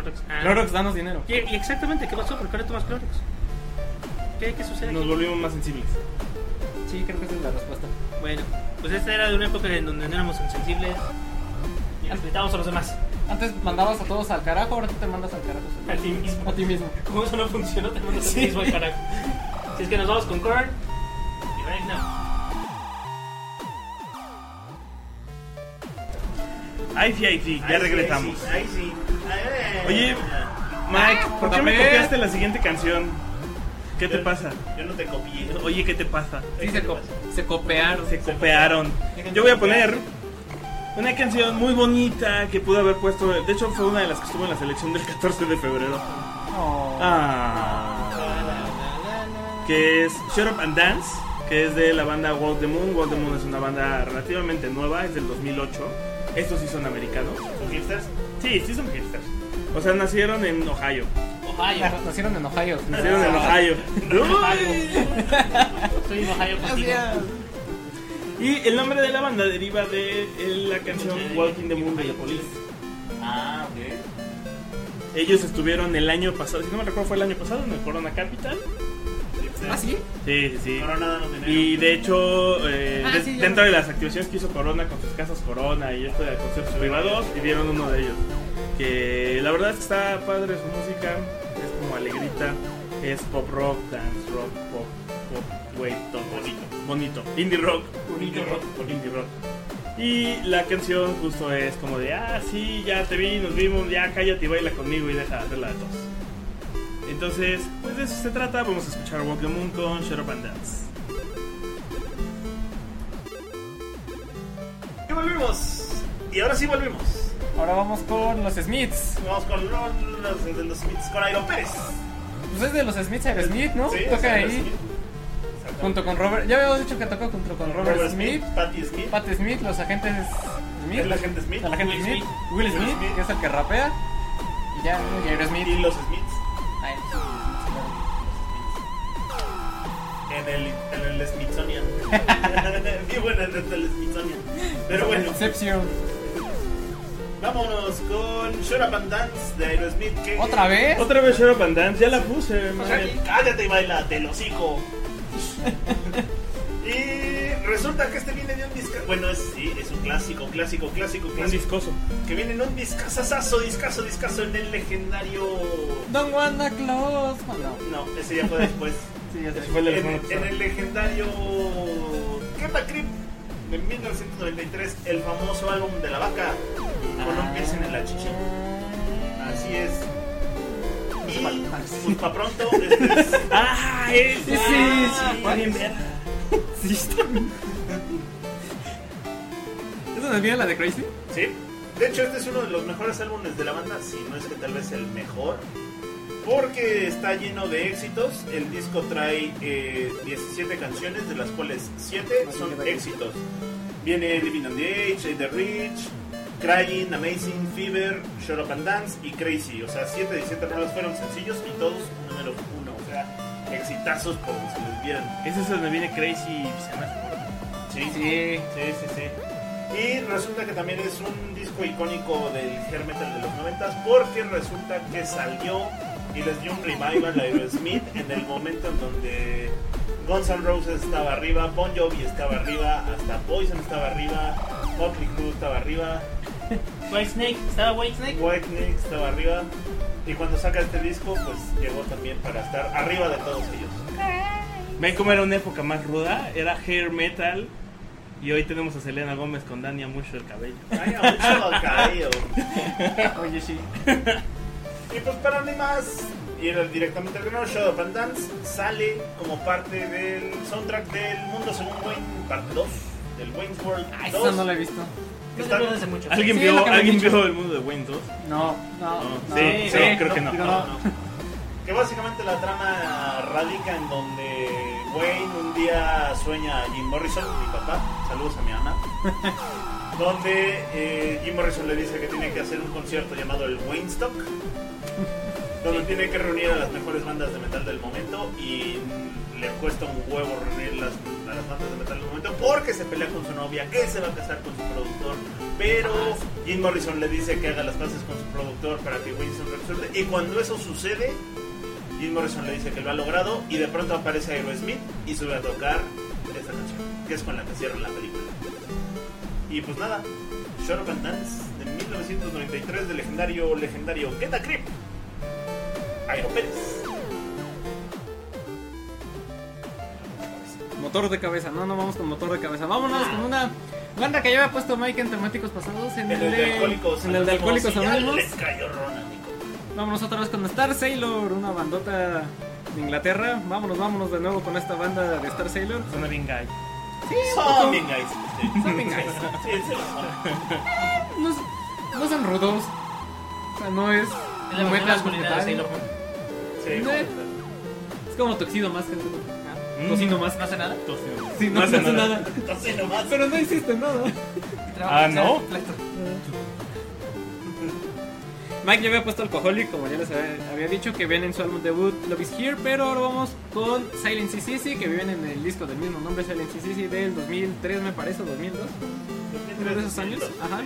Speaker 4: Clorox. Ah.
Speaker 3: Clorox, danos dinero.
Speaker 4: ¿Y, y exactamente qué pasó? ¿Por qué ahora tomas Clorox? ¿Qué, qué sucede
Speaker 5: Nos
Speaker 4: aquí?
Speaker 5: volvimos más sensibles.
Speaker 3: Sí, creo que esa es la respuesta.
Speaker 4: Bueno, pues esta era de una época en donde no éramos insensibles y respetábamos a los demás.
Speaker 3: Antes mandabas a todos al carajo, ahora tú te mandas al carajo.
Speaker 4: A ti mismo.
Speaker 3: A ti mismo.
Speaker 4: Como eso no funcionó, te mandas a ti mismo al carajo. Si es que nos vamos con Korn y right now.
Speaker 5: Ay, sí, ay, sí, ya
Speaker 2: Ahí sí,
Speaker 5: regresamos.
Speaker 2: Ahí sí. ahí sí.
Speaker 5: Oye, Mike, ¿por qué me
Speaker 3: también.
Speaker 5: copiaste la siguiente canción? ¿Qué te
Speaker 2: Yo-
Speaker 5: pasa?
Speaker 2: Yo no te copié.
Speaker 5: Oye, ¿qué te pasa?
Speaker 3: Sí, se, co- se copearon.
Speaker 5: Se copiaron. Yo voy a poner una canción muy bonita que pude haber puesto. De hecho, fue una de las que estuvo en la selección del 14 de febrero.
Speaker 3: Oh.
Speaker 5: Ah, que es Shut Up and Dance, que es de la banda Walk the Moon. Walk the Moon es una banda relativamente nueva, es del 2008. Estos sí son americanos.
Speaker 2: ¿Son hipsters?
Speaker 5: Sí, sí son hipsters. O sea, nacieron en Ohio.
Speaker 4: Ohio.
Speaker 3: Nacieron en Ohio.
Speaker 5: Nacieron en
Speaker 3: Ah.
Speaker 5: Ohio.
Speaker 4: Estoy en Ohio contigo.
Speaker 5: Y el nombre de la banda deriva de eh, la canción Walking the Moon de The Police.
Speaker 2: Ah, ok.
Speaker 5: Ellos estuvieron el año pasado, si no me recuerdo fue el año pasado, en el Corona Capital.
Speaker 2: Hipsters.
Speaker 3: ¿Ah, sí?
Speaker 5: Sí, sí, sí.
Speaker 2: Pero nada, no tenemos.
Speaker 5: Y de hecho, eh,
Speaker 3: Ah,
Speaker 5: de-
Speaker 3: sí, ya
Speaker 5: dentro
Speaker 3: lo-
Speaker 5: de las activaciones que hizo Corona con sus casas Corona y esto de conciertos privados, y vieron uno de ellos. Que la verdad es que está padre su música, es como alegrita, es pop rock, dance rock, pop, pop, wave, todo bonito, bonito, indie rock,
Speaker 2: Bonito rock.
Speaker 5: por indie rock. Y la canción justo es como de, ah, sí, ya te vi, nos vimos, ya cállate y baila conmigo y deja de hacerla de tos. Entonces, pues de eso se trata, vamos a escuchar Walk the Moon con Shut Up and Dance.
Speaker 2: Y volvimos. Y ahora sí volvimos.
Speaker 3: Ahora vamos con los Smiths.
Speaker 2: Vamos con los de los Smiths, con Airo Pérez.
Speaker 3: Pues es de los Smiths Aerosmith, ¿no?
Speaker 2: Sí,
Speaker 3: Toca
Speaker 2: Aerosmith.
Speaker 3: ahí.
Speaker 2: Exactamente.
Speaker 3: Junto con Robert. Ya habíamos dicho que tocó junto con Robert, Smith,
Speaker 2: Patti Smith.
Speaker 3: Pat Smith, los agentes Smith.
Speaker 2: Es la gente Smith.
Speaker 3: la gente
Speaker 4: Will
Speaker 3: Smith.
Speaker 4: Smith.
Speaker 3: Will Smith,
Speaker 2: Smith.
Speaker 3: que es el que rapea. Y ya, ¿no? y Aerosmith.
Speaker 2: Y los Smiths.
Speaker 3: Ay,
Speaker 2: En el, en el Smithsonian. Vivo en el, en el Smithsonian. Pero bueno,
Speaker 3: Inception.
Speaker 2: Vámonos con Shut Up and Dance de Aerosmith. que-
Speaker 6: ¿Otra vez?
Speaker 5: Otra vez Shut Up and Dance, ya la puse. madre.
Speaker 2: Cállate y baila, te lo hocico. y resulta que este viene de un disco. Bueno, es, sí, es un clásico, clásico, clásico,
Speaker 5: Un
Speaker 2: clásico.
Speaker 5: discoso.
Speaker 2: Que viene en un discazazazo, discazo, discazo en el legendario.
Speaker 6: Don't wanna close. Bueno,
Speaker 2: No, ese ya fue después.
Speaker 5: Sí, ya se fue el
Speaker 2: en,
Speaker 5: teléfono.
Speaker 2: en el legendario. Catacrypt de 1993, el famoso álbum de la vaca. Con un piercing en la chicha. Así es. Y, pues pa' pronto, este es-
Speaker 5: Ah, eh, sí, sí, sí.
Speaker 2: Bien
Speaker 3: ¿Eso no es bien la de Crazy?
Speaker 2: Sí. De hecho, este es uno de los mejores álbumes de la banda, si no es que tal vez el mejor. Porque está lleno de éxitos. El disco trae eh, 17 canciones, de las cuales 7 son éxitos. Viene Living on the Edge, The Rich, Crying, Amazing, Fever, Shut Up and Dance y Crazy. O sea, 7 de 7 rolas fueron sencillos y todos número 1. O sea, exitazos por donde se les vieran.
Speaker 5: Ese es donde viene Crazy y se me hace gordo.
Speaker 2: Sí, sí, sí. Y resulta que también es un disco icónico del hair metal de los noventas porque resulta que salió y les dio un revival a Aerosmith en el momento en donde Guns N' Roses estaba arriba, Bon Jovi estaba arriba, hasta Poison estaba arriba, Motley Crue estaba arriba,
Speaker 4: White Snake, ¿estaba White Snake?
Speaker 2: Whitney estaba arriba y cuando saca este disco pues llegó también para estar arriba de todos ellos.
Speaker 5: ¿Ven cómo era una época más ruda? Era hair metal. Y hoy tenemos a Selena Gómez con Dania mucho el cabello.
Speaker 2: Ay, mucho al cabello.
Speaker 3: Oye, sí.
Speaker 2: Y pues para ni más ir directamente al grano, Shadow and Dance sale como parte del soundtrack del Mundo Según Wayne, parte 2, del Wayne's World 2.
Speaker 6: ah, esa no la he visto.
Speaker 4: No te acuerdas de mucho.
Speaker 5: ¿Alguien,
Speaker 6: Sí, lo
Speaker 5: vio,
Speaker 6: que me han
Speaker 5: ¿alguien
Speaker 6: dicho.
Speaker 5: vio el mundo de Wayne 2?
Speaker 6: No, no,
Speaker 5: No,
Speaker 6: no.
Speaker 5: sí,
Speaker 6: sí,
Speaker 5: no, creo que no.
Speaker 6: digo,
Speaker 2: No, no. Que básicamente la trama radica en donde Wayne un día sueña a Jim Morrison, mi papá, saludos a mi mamá, donde eh, Jim Morrison le dice que tiene que hacer un concierto llamado el Wayne Stock, donde tiene que reunir a las mejores bandas de metal del momento y mm, le cuesta un huevo reunir las, a las bandas de metal del momento porque se pelea con su novia, que se va a casar con su productor, pero Jim Morrison le dice que haga las paces con su productor para que Winston resulte y cuando eso sucede Jim Morrison le dice que lo ha logrado y de pronto aparece Aerosmith y sube a tocar esta canción, que es con la que cierran la película. Y pues nada, Shut Up and Dance de 1993 del legendario, legendario Get a Grip, Aero Pérez.
Speaker 3: Motor de cabeza. No, no vamos con motor de cabeza. Vámonos con una banda que yo había puesto Mike en temáticos pasados. En
Speaker 2: En el de Alcohólicos
Speaker 3: En el de Alcohólicos
Speaker 2: Anónimos, y ya
Speaker 3: Anónimos.
Speaker 2: Les cayó Ron a Nico.
Speaker 3: Vámonos otra vez con Star Sailor, una bandota de Inglaterra. Vámonos, vámonos de nuevo con esta banda de Star Sailor.
Speaker 5: Suena bien gay.
Speaker 2: Son bien guys. ustedes.
Speaker 3: Son bien guys.
Speaker 2: este. Sí, sí, sí, sí.
Speaker 3: No, es- no son rudos. O sea, no es.
Speaker 4: Es la
Speaker 3: no
Speaker 4: mejor
Speaker 3: metal,
Speaker 4: masculinidad de Sailor
Speaker 3: metal.
Speaker 4: Moon.
Speaker 2: Sí,
Speaker 3: No.
Speaker 2: bueno.
Speaker 3: Es como Toxido más que
Speaker 5: Mm.
Speaker 3: Tocino más.
Speaker 4: ¿No hace nada?
Speaker 3: Sí, no,
Speaker 5: No hace
Speaker 3: hace
Speaker 5: nada.
Speaker 3: nada.
Speaker 2: Entonces nomás.
Speaker 3: Pero no hiciste nada.
Speaker 5: Ah, ¿no?
Speaker 3: Mike ya había puesto Alcoholic, como ya les había, había dicho, que viene en su álbum debut Love is Here, pero ahora vamos con Silent CCC, que viene en el disco del mismo nombre, Silent CCC, del 2003 me parece, o 2002, uno de esos años. Ajá.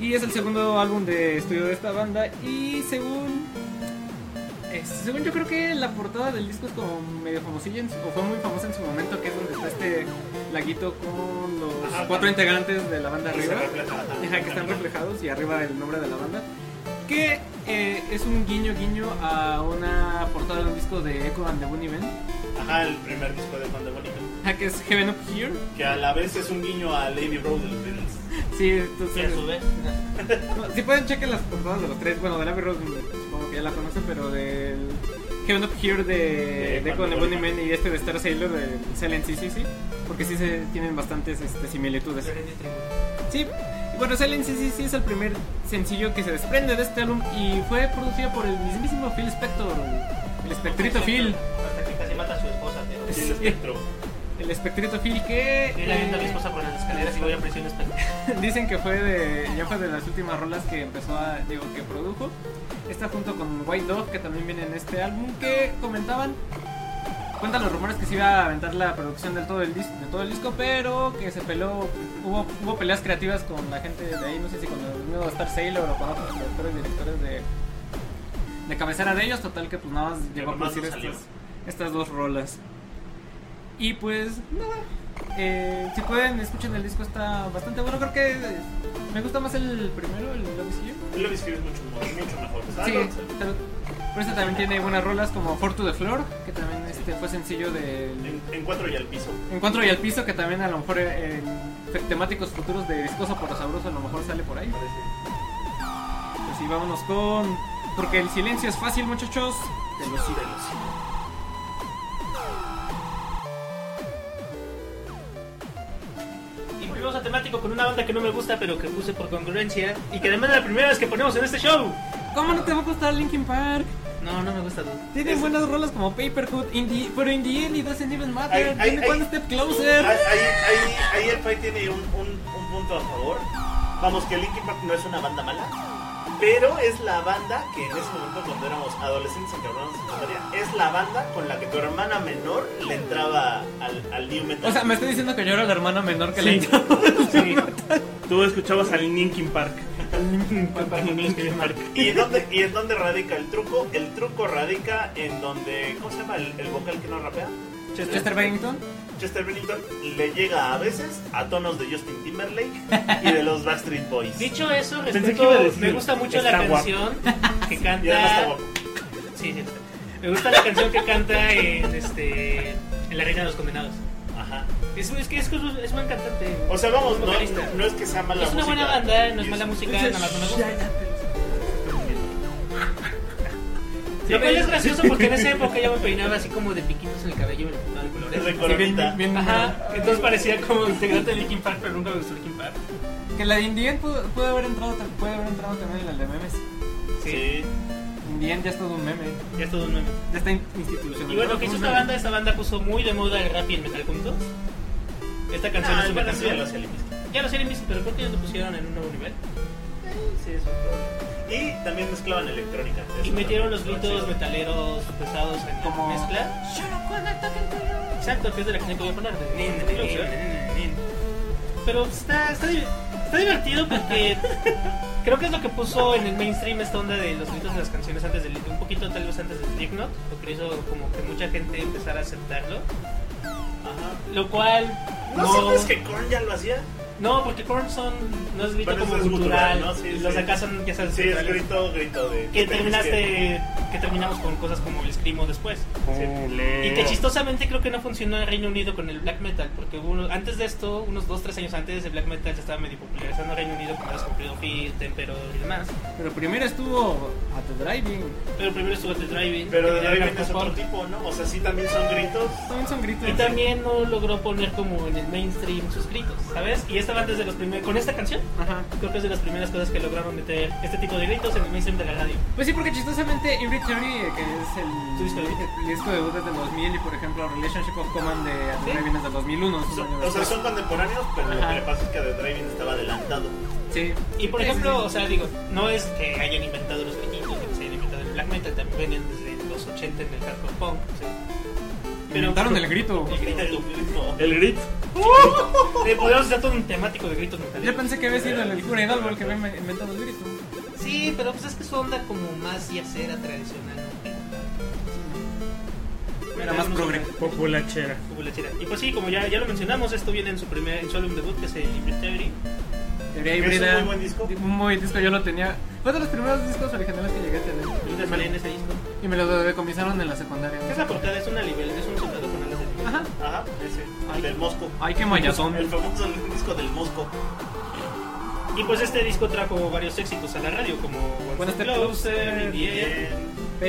Speaker 3: Y es el segundo álbum de estudio de esta banda y según... eh, según yo creo que la portada del disco es como medio famosilla, en su- o fue muy famosa en su momento, que es donde está este laguito con los
Speaker 2: Ajá,
Speaker 3: cuatro
Speaker 2: con-
Speaker 3: integrantes de la banda
Speaker 2: Y se
Speaker 3: arriba.
Speaker 2: refleja.
Speaker 3: Ajá, que están reflejados y arriba el nombre de la banda. Que eh, es un guiño guiño a una portada de un disco de Echo and the Bunny Men,
Speaker 2: Ajá, el primer disco de Juan de Mónica.
Speaker 3: ajá, que es Heaven Up Here.
Speaker 2: Que a la vez es un guiño a Lady Road de los Beatles.
Speaker 3: Sí,
Speaker 4: Sí,
Speaker 3: entonces.
Speaker 4: a su vez.
Speaker 3: no, si pueden chequen las portadas de los tres, bueno, de la Road supongo que ya la conocen, pero del Heaven Up Here de, de Echo and the Bunny Men y este de Star Sailor de Silent CCC, porque sí se tienen bastantes este,
Speaker 4: Pues,
Speaker 3: similitudes. Sí, y bueno, Silent sí, sí es el primer sencillo que se desprende de este álbum y fue producido por el mismísimo Phil Spector, el- el espectrito Phil,
Speaker 4: Hasta que casi mata a su esposa, pero...
Speaker 2: Y el espectro.
Speaker 3: el espectrito Phil que
Speaker 4: Yo le aviento a mi
Speaker 3: eh,
Speaker 4: esposa por las escaleras y voy a presión espectro.
Speaker 3: dicen que fue de, ya fue de las últimas rolas que empezó a, digo, que produjo. Está junto con White Dog que también viene en este álbum que comentaban Cuentan los rumores que se iba a aventar la producción del todo el dis- de todo el disco, pero que se peló. Hubo, hubo peleas creativas con la gente de ahí, no sé si con el mismo Star Sailor o con otros productores y directores de, de cabecera de ellos. Total, que pues nada más llegó a
Speaker 2: nomás
Speaker 3: producir
Speaker 2: no salió.
Speaker 3: estas, estas dos rolas. Y pues nada, eh, si pueden, escuchen el disco, está bastante bueno. Creo que eh, me gusta más el primero, el Love Is You.
Speaker 2: Él lo describe mucho, mucho mejor. Ah,
Speaker 3: Sí,
Speaker 2: no,
Speaker 3: pero, pero este también tiene buenas rolas como For to the Floor, que también este, fue sencillo del
Speaker 2: en, en cuatro y al piso.
Speaker 3: Encuentro y al Piso, que también a lo mejor eh, en fe- temáticos futuros de Discoso por Sabroso a lo mejor sale por ahí. Pues sí, vámonos con... Porque el silencio es fácil, muchachos.
Speaker 2: De los ídolos.
Speaker 4: Y volvemos a temático con una banda que no me gusta, pero que puse por congruencia. Y que además es la primera vez que ponemos en este show.
Speaker 3: ¿Cómo no te va a gustar Linkin Park?
Speaker 4: No, no me gusta dude.
Speaker 3: Tiene
Speaker 2: Es-
Speaker 3: buenas rolas como Paperhood, Indie, pero Indie End y Doesn't Even
Speaker 2: Ay,
Speaker 3: Matter.
Speaker 2: ay,
Speaker 3: Tiene
Speaker 2: ay.
Speaker 3: One Step
Speaker 2: Ahí,
Speaker 3: Closer.
Speaker 2: ahí, ahí, ahí el Pai tiene un, un, un punto a favor. Vamos, que Linkin Park no es una banda mala, pero es la banda que en ese momento, cuando éramos adolescentes en cabrón secundaria, es la banda con la que tu hermana menor le entraba al, al New Metal.
Speaker 3: O sea, me estoy diciendo que yo era la hermana menor que la
Speaker 5: Sí. Sí. Tú escuchabas al Linkin Park. Linkin Park.
Speaker 2: ¿Y en, dónde, ¿Y en dónde radica el truco? El truco radica en donde. ¿Cómo se llama el, el vocal que no rapea?
Speaker 3: Chester Bennington.
Speaker 2: Chester Bennington le llega a veces a tonos de Justin Timberlake y de los Backstreet Boys.
Speaker 4: Dicho eso,
Speaker 5: Pensé
Speaker 4: respeto-
Speaker 5: que iba a decir,
Speaker 4: me gusta mucho la
Speaker 5: está guapo.
Speaker 4: canción que
Speaker 2: Y además está
Speaker 4: canta.
Speaker 2: guapo.
Speaker 4: Sí, sí, está. Me gusta la canción que canta en este en La Reina de los Condenados.
Speaker 2: Ajá.
Speaker 4: Es, es que es, es buen cantante.
Speaker 2: O sea, vamos, no,
Speaker 4: Vocalista.
Speaker 2: no es que sea mala
Speaker 4: es una
Speaker 2: música.
Speaker 4: buena banda, no es mala
Speaker 2: Y
Speaker 4: música, nada más no me gusta.
Speaker 5: Sí.
Speaker 4: Lo cual es gracioso porque en esa época yo me peinaba así como de piquitos en el cabello y me lo pintaba de
Speaker 2: Es de
Speaker 4: colores.
Speaker 2: coronita.
Speaker 4: Ajá, entonces parecía como integrante de Linkin Park, pero nunca me gustó Linkin Park.
Speaker 3: Que la de Indien pudo, pudo haber entrado, tam- puede haber entrado también en la de memes.
Speaker 2: Sí.
Speaker 3: Indien ya es todo un meme,
Speaker 4: Ya es todo un meme.
Speaker 3: ya está in- institucionalizado.
Speaker 4: Y bueno, que hizo esta
Speaker 3: como un meme.
Speaker 4: banda, esta banda puso muy de moda el rap y el metal juntos. Esta canción
Speaker 2: Ah,
Speaker 4: es una
Speaker 2: bueno, sí,
Speaker 4: canción.
Speaker 2: lo hace el mismo.
Speaker 4: Ya lo sé, mismo, pero creo que ellos lo pusieron en un nuevo nivel.
Speaker 2: Sí, es un problema. Y también mezclaban electrónica. Es
Speaker 4: Y
Speaker 2: una-
Speaker 4: metieron los
Speaker 2: una
Speaker 4: gritos
Speaker 2: chica.
Speaker 4: metaleros pesados en la
Speaker 3: Como-
Speaker 4: mezcla. Exacto, que es de la canción que voy a poner. de- Pero está, está, di- está divertido porque creo que es lo que puso en el mainstream esta onda de los gritos de las canciones antes del un poquito tal vez antes del Slipknot, lo que hizo como que mucha gente empezara a aceptarlo,
Speaker 2: Ajá.
Speaker 4: lo cual
Speaker 2: ¿No, sientes que Korn ya lo hacía?
Speaker 4: no, porque Korn son no es grito
Speaker 2: Pero
Speaker 4: como
Speaker 2: es
Speaker 4: cultural,
Speaker 2: gutural, ¿no? Sí,
Speaker 4: y
Speaker 2: sí.
Speaker 4: los de acá son ya sabes
Speaker 2: Sí, es
Speaker 4: guturales.
Speaker 2: grito, grito de...
Speaker 4: que
Speaker 2: de que-
Speaker 4: terminaste que terminamos con cosas como el screamo después y
Speaker 2: Eh,
Speaker 4: que chistosamente creo que no funcionó en Reino Unido con el black metal porque hubo uno- antes de esto unos 2 3 años antes el black metal se estaba medio popularizando en Reino Unido con las Cumplido Fit, Tempero y demás
Speaker 3: Pero primero estuvo a The Driving.
Speaker 4: pero primero estuvo el driving
Speaker 2: Pero
Speaker 4: que
Speaker 2: de
Speaker 4: tenía
Speaker 2: ahí
Speaker 4: gran
Speaker 2: es otro
Speaker 4: confort.
Speaker 2: tipo, ¿no? O sea, sí también son gritos.
Speaker 3: También son gritos.
Speaker 4: y también no logró poner como en el mainstream sus gritos sabes y esta antes de los primeros con esta canción
Speaker 3: Ajá.
Speaker 4: creo que es de las primeras cosas que lograron meter este tipo de gritos en el mainstream de la radio
Speaker 3: Pues sí, porque chistosamente Every Theory, eh, que es el,
Speaker 4: Su disco debut.
Speaker 3: el disco debut desde 2000 y por ejemplo Relationship of Command de A The
Speaker 4: Sí.
Speaker 3: Driving es del 2001. es un año
Speaker 2: Son- O sea,
Speaker 3: después.
Speaker 2: son contemporáneos, pero lo
Speaker 3: Ajá.
Speaker 2: que le pasa es que The Driving estaba adelantado.
Speaker 3: Sí.
Speaker 4: Y por
Speaker 3: Sí, sí,
Speaker 4: ejemplo,
Speaker 3: sí.
Speaker 4: o sea, digo, no es que hayan inventado los pequeñitos, que se hayan inventado el black metal, también venían desde los 80 en el hardcore punk. o sea,
Speaker 3: Inventaron el grito.
Speaker 4: El grito.
Speaker 2: El grito.
Speaker 5: El grit.
Speaker 4: Eh, Podríamos hacer todo un temático de gritos metaleros.
Speaker 3: Yo pensé que había sido el cura Hidalgo el que había inven- inventado el grito.
Speaker 4: Sí, pero pues es que su onda como más yacera tradicional, ¿no?
Speaker 3: Era más progre.
Speaker 5: Populachera.
Speaker 4: Como la chera. Y pues sí, como ya, ya lo mencionamos, esto viene en su primer en su álbum debut, que es el Hybrid Theory.
Speaker 3: Teoría
Speaker 2: Es un
Speaker 3: híbrida.
Speaker 2: muy buen disco.
Speaker 3: Un muy disco, yo lo tenía. Fue de los primeros discos originales que llegué a tener.
Speaker 4: Ahorita sale en ese disco.
Speaker 3: Y me lo comisaron en la secundaria.
Speaker 4: Esa portada es una libélula, es un soldado con alas de libélula.
Speaker 3: Ajá.
Speaker 2: Ajá, ese.
Speaker 3: Ay.
Speaker 2: El del Mosco.
Speaker 3: Ay, qué mayazón.
Speaker 2: El famoso disco del Mosco.
Speaker 4: Y pues este disco trajo varios éxitos a la radio, como One
Speaker 3: One
Speaker 4: Step
Speaker 3: Step
Speaker 4: Closer, In the Air,
Speaker 2: Bien.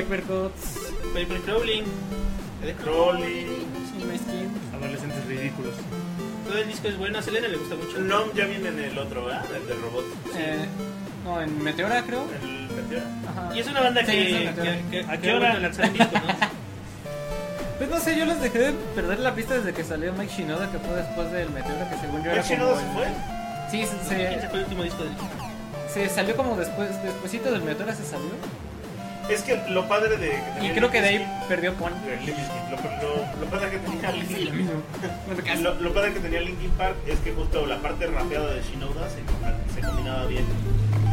Speaker 3: Paper Cuts.
Speaker 4: Paper Crawling.
Speaker 2: Crowley.
Speaker 3: In My Skin.
Speaker 5: Adolescentes ridículos.
Speaker 4: Todo el disco es bueno, a Selena le gusta mucho.
Speaker 2: No, ya viene en el otro, ¿verdad? El del robot.
Speaker 3: Eh, no, en Meteora creo.
Speaker 2: El Meteora.
Speaker 3: Ajá.
Speaker 4: Y es una banda
Speaker 3: Sí,
Speaker 4: que,
Speaker 3: es
Speaker 4: que-
Speaker 3: una
Speaker 4: que-
Speaker 5: ¿A
Speaker 4: que
Speaker 5: qué
Speaker 4: ha
Speaker 5: hora?
Speaker 4: vuelto a lanzar el disco, ¿no?
Speaker 3: Pues no sé, yo los dejé de perder la pista desde que salió Mike Shinoda, que fue después del Meteora, que según yo era
Speaker 2: ¿El chino
Speaker 3: como
Speaker 2: se
Speaker 3: el-
Speaker 2: fue?
Speaker 3: Sí, se,
Speaker 4: ¿Quién se
Speaker 3: se,
Speaker 4: fue el último disco del disco?
Speaker 3: se salió como después, despuesito del Meteora se salió.
Speaker 2: Es que lo padre de. que
Speaker 3: Y
Speaker 2: tenía
Speaker 3: creo que de
Speaker 2: Lipinski-
Speaker 3: ahí perdió con.
Speaker 2: de Lipinski, eh, Lo, lo- lo padre que tenía
Speaker 3: Lo mismo. No te cases.
Speaker 2: Lo, lo padre que tenía Linkin Park es que justo la parte rapeada de Shinoda se, se combinaba bien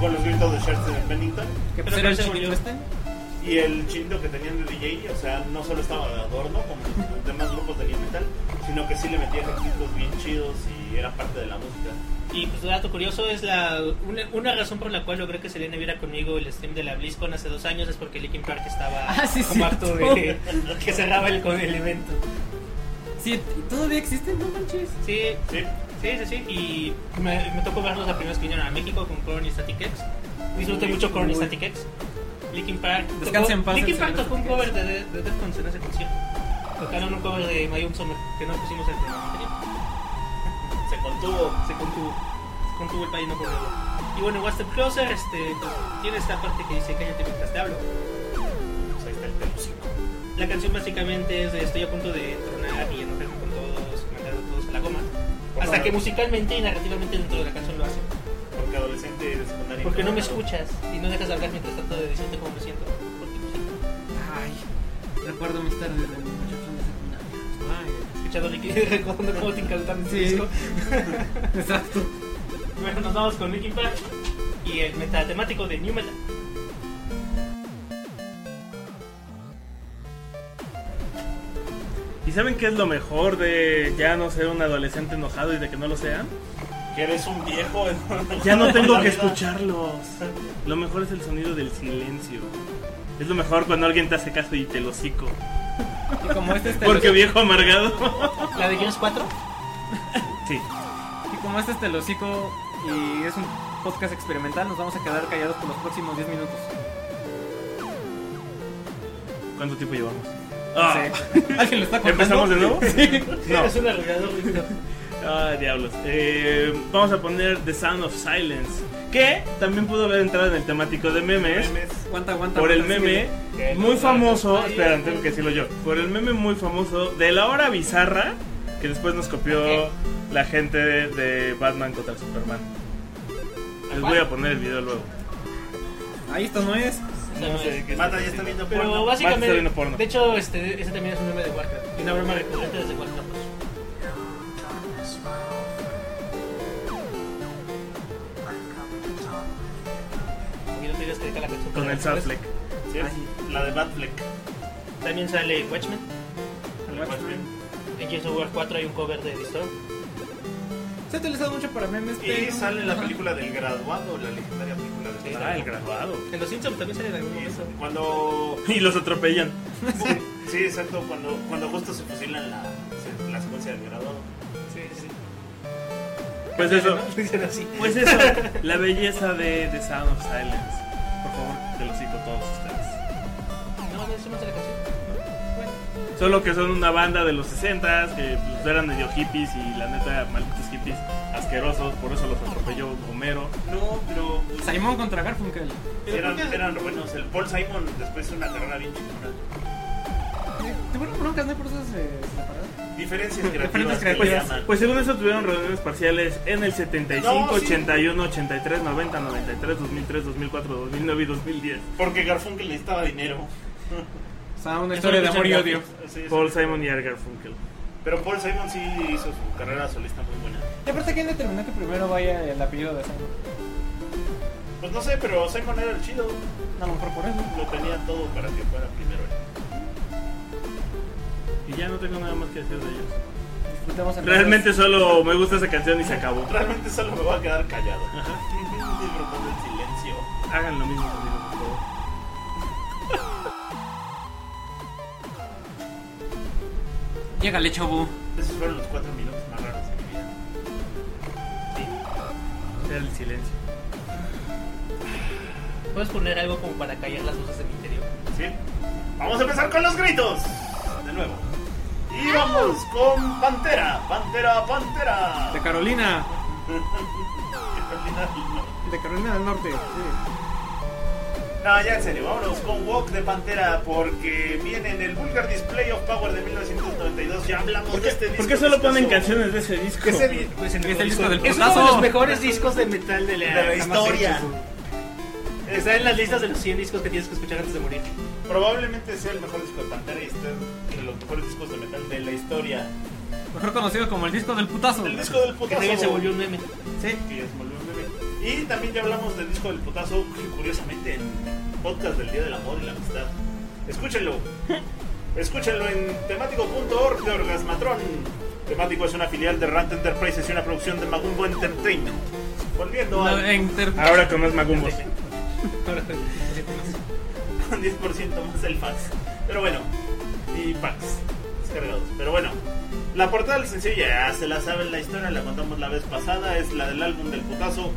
Speaker 2: con los gritos de Scherzer en Bennington
Speaker 4: Pero
Speaker 3: Que pues era el
Speaker 4: se
Speaker 3: chiquito
Speaker 4: murió.
Speaker 3: este.
Speaker 2: y el chinto que tenían de DJ, o sea, no solo estaba de adorno como los, los demás grupos de new metal, sino que sí le metía ejercicios bien chidos y era parte de la música.
Speaker 4: Y pues dato curioso es la una, una razón por la cual logré que Selena viera conmigo el stream de la BlizzCon hace dos años es porque Linkin Park estaba
Speaker 3: Ah, sí,
Speaker 4: como
Speaker 3: cierto.
Speaker 4: acto de que cerraba el, con el evento.
Speaker 3: Sí, todavía existen, no manches.
Speaker 4: Sí,
Speaker 2: Sí,
Speaker 4: sí, sí, sí. Y me, me tocó verlos la primera vez que vinieron a México con Corn y Static X. Disfruté mucho Corn y
Speaker 3: Uy.
Speaker 4: Static X. Linkin Park. tocó-
Speaker 3: Descansa en paz,
Speaker 4: Linkin
Speaker 3: el
Speaker 4: Park
Speaker 3: señor
Speaker 4: tocó un
Speaker 3: Static
Speaker 4: cover de, de, de Deftones en esa canción. Tocaron un cover de My Own Summer que no pusimos el tema.
Speaker 2: se contuvo.
Speaker 4: se contuvo, se contuvo el país, no por nada. Y bueno, What's Step Closer este, pues, tiene esta parte que dice cállate mientras te hablo.
Speaker 2: Pues ahí está el pelucico.
Speaker 4: La canción básicamente es de estoy a punto de tronar y enojarme con todos, mandar a todos a la goma. Hasta que musicalmente y narrativamente dentro de la canción lo hace.
Speaker 2: Porque adolescente de secundaria.
Speaker 4: Porque no me escuchas y no dejas de hablar mientras trato de decirte cómo me siento. Porque pues, sí,
Speaker 3: Ay, recuerdo mis tardes de muchachos de secundaria.
Speaker 4: escuchando Linkin recordando cómo te encantan este
Speaker 3: Sí.
Speaker 4: disco.
Speaker 3: Ay, exacto.
Speaker 4: Bueno, nos vamos con Linkin Park y el metatemático de New Metal.
Speaker 5: ¿Y saben qué es lo mejor de ya no ser un adolescente enojado y de que no lo sea?
Speaker 2: Que eres un viejo.
Speaker 5: Ya no tengo que escucharlos. Lo mejor es el sonido del silencio. Es lo mejor cuando alguien te hace caso y te lo hocico.
Speaker 3: Y como este te
Speaker 5: Porque viejo amargado.
Speaker 4: ¿La de Gears 4?
Speaker 5: Sí.
Speaker 3: Y como este es telocico y es un podcast experimental, nos vamos a quedar callados por los próximos 10 minutos.
Speaker 5: ¿Cuánto tiempo llevamos? Ah,
Speaker 3: Sí. ¿Alguien lo está contando?
Speaker 5: ¿Empezamos de nuevo? No.
Speaker 4: Es un arreglador, listo.
Speaker 5: Ah, diablos. Eh, vamos a poner The Sound of Silence. Que también pudo haber entrado en el temático de memes.
Speaker 3: Aguanta, aguanta.
Speaker 5: Por el
Speaker 3: aguanta,
Speaker 5: meme
Speaker 3: síguele.
Speaker 5: muy famoso. Espera, tengo que decirlo yo. Por el meme muy famoso de la hora bizarra. Que después nos copió
Speaker 4: Ok.
Speaker 5: la gente de, de Batman contra Superman. Les voy a poner el video luego.
Speaker 3: Ahí esto no es.
Speaker 4: O sea, no es-
Speaker 5: qué
Speaker 2: Mata ya está viendo
Speaker 4: Pero
Speaker 2: porno.
Speaker 5: Basta de
Speaker 4: básicamente,
Speaker 5: viendo porno.
Speaker 4: de hecho, este, ese también es un meme de Warcraft. Y una broma recurrente desde Warcraft. Y no te digas que deja la canción
Speaker 5: Con
Speaker 4: para
Speaker 5: el
Speaker 4: después.
Speaker 5: Southfleck.
Speaker 2: Sí, La de Batfleck.
Speaker 4: También sale Watchmen.
Speaker 2: Watchmen.
Speaker 4: En Gears of War 4 hay un cover de Distor.
Speaker 3: Se ha utilizado mucho para memes,
Speaker 2: Y
Speaker 3: pero-
Speaker 2: sale la
Speaker 3: Ajá.
Speaker 2: película del graduado, la legendaria película del
Speaker 5: Ah,
Speaker 2: graduado.
Speaker 5: el graduado.
Speaker 4: En los Simpsons también sale de algún
Speaker 2: Sí,
Speaker 4: momento.
Speaker 2: Cuando.
Speaker 5: Y los atropellan.
Speaker 2: Sí, exacto, cuando, cuando justo se fusilan la, se- la secuencia del graduado.
Speaker 4: Sí, sí, sí.
Speaker 5: Pues eso.
Speaker 4: ¿No? Dicen así.
Speaker 5: Pues eso, la belleza de The Sound of Silence. Por favor, te lo cito a todos ustedes.
Speaker 4: No, no, eso no es la canción.
Speaker 5: Solo que son una banda de los 60s que pues, eran medio hippies y la neta, malditos hippies asquerosos. Por eso los atropelló Homero.
Speaker 2: No, pero.
Speaker 3: Simon contra Garfunkel. Eh,
Speaker 2: Eran, eran buenos. El Paul Simon después hizo una carrera bien chingona.
Speaker 3: Tuvieron broncas, ¿no? Por eso se se separaron.
Speaker 2: Diferencias creativas.
Speaker 3: Diferentes
Speaker 2: que le
Speaker 5: Pues,
Speaker 2: llaman.
Speaker 5: pues según eso tuvieron reuniones parciales en el 75,
Speaker 2: No, sí.
Speaker 5: 81, 83, 90, 93, 2003, 2004, 2009 y 2010.
Speaker 2: Porque Garfunkel necesitaba dinero.
Speaker 3: O sea, una
Speaker 4: Eso
Speaker 3: historia
Speaker 4: lo
Speaker 3: de amor y
Speaker 4: escuchan
Speaker 3: odio.
Speaker 2: Sí, sí.
Speaker 5: Paul Simon y Edgar Funkel.
Speaker 2: Pero Paul Simon sí hizo su carrera solista muy buena.
Speaker 3: Y aparte, ¿quién determinó que primero vaya el apellido de Simon?
Speaker 2: Pues no sé, pero Simon era el chido.
Speaker 3: A lo mejor por eso.
Speaker 2: Lo tenía todo para que fuera primero.
Speaker 5: Y ya no tengo nada más que decir de ellos.
Speaker 3: Disfrutemos el-
Speaker 5: Realmente solo me gusta esa canción y se acabó.
Speaker 2: Realmente solo me voy a quedar callado.
Speaker 5: Ajá.
Speaker 2: Disfrutando el silencio.
Speaker 5: Hagan lo mismo conmigo, por favor.
Speaker 3: Llégale, chobu.
Speaker 2: Esos fueron los cuatro minutos más raros de mi vida.
Speaker 5: Era el silencio.
Speaker 4: ¿Puedes poner algo como para callar las voces de mi interior?
Speaker 2: ¿Sí? Vamos a empezar con los gritos. De nuevo. Y vamos con Pantera, Pantera, Pantera.
Speaker 3: De Carolina.
Speaker 2: No,
Speaker 3: De Carolina del Norte. Sí.
Speaker 2: ya en serio, vámonos con Walk de Pantera porque viene en el Vulgar Display of Power de 1992. Ya hablamos de este disco.
Speaker 5: ¿Por qué solo ponen
Speaker 2: discazo.
Speaker 5: canciones de ese disco?
Speaker 2: Que se vi-
Speaker 4: Pues en
Speaker 3: Es el disco del
Speaker 4: es uno de
Speaker 3: portazo.
Speaker 4: los mejores discos de metal de la,
Speaker 2: De la
Speaker 4: jamás
Speaker 2: historia.
Speaker 4: hechos, güey.
Speaker 2: Es
Speaker 4: Está en las listas de los 100 discos que tienes que escuchar antes de morir.
Speaker 2: Probablemente sea el mejor disco de Pantera y está entre los mejores discos de metal de la historia.
Speaker 3: Mejor conocido como el disco del putazo.
Speaker 2: El disco del
Speaker 4: Que
Speaker 2: putazo.
Speaker 4: también se volvió un meme.
Speaker 3: Sí.
Speaker 2: que es Molino Bebé. Y también ya hablamos del disco del putazo, que curiosamente en podcast del Día del Amor y la Amistad. Escúchenlo. Escúchenlo en temático.org de Orgasmatron. Temático es una filial de Rant Enterprises y una producción de Magumbo Entertainment. Volviendo
Speaker 3: No,
Speaker 2: al
Speaker 4: eh,
Speaker 3: enter-
Speaker 5: Ahora con más magumbos.
Speaker 2: con 10% más el fax. Pero bueno, y fax descargados. Pero bueno, la portada del sencillo ya se la saben la historia, la contamos la vez pasada, es la del álbum del putazo,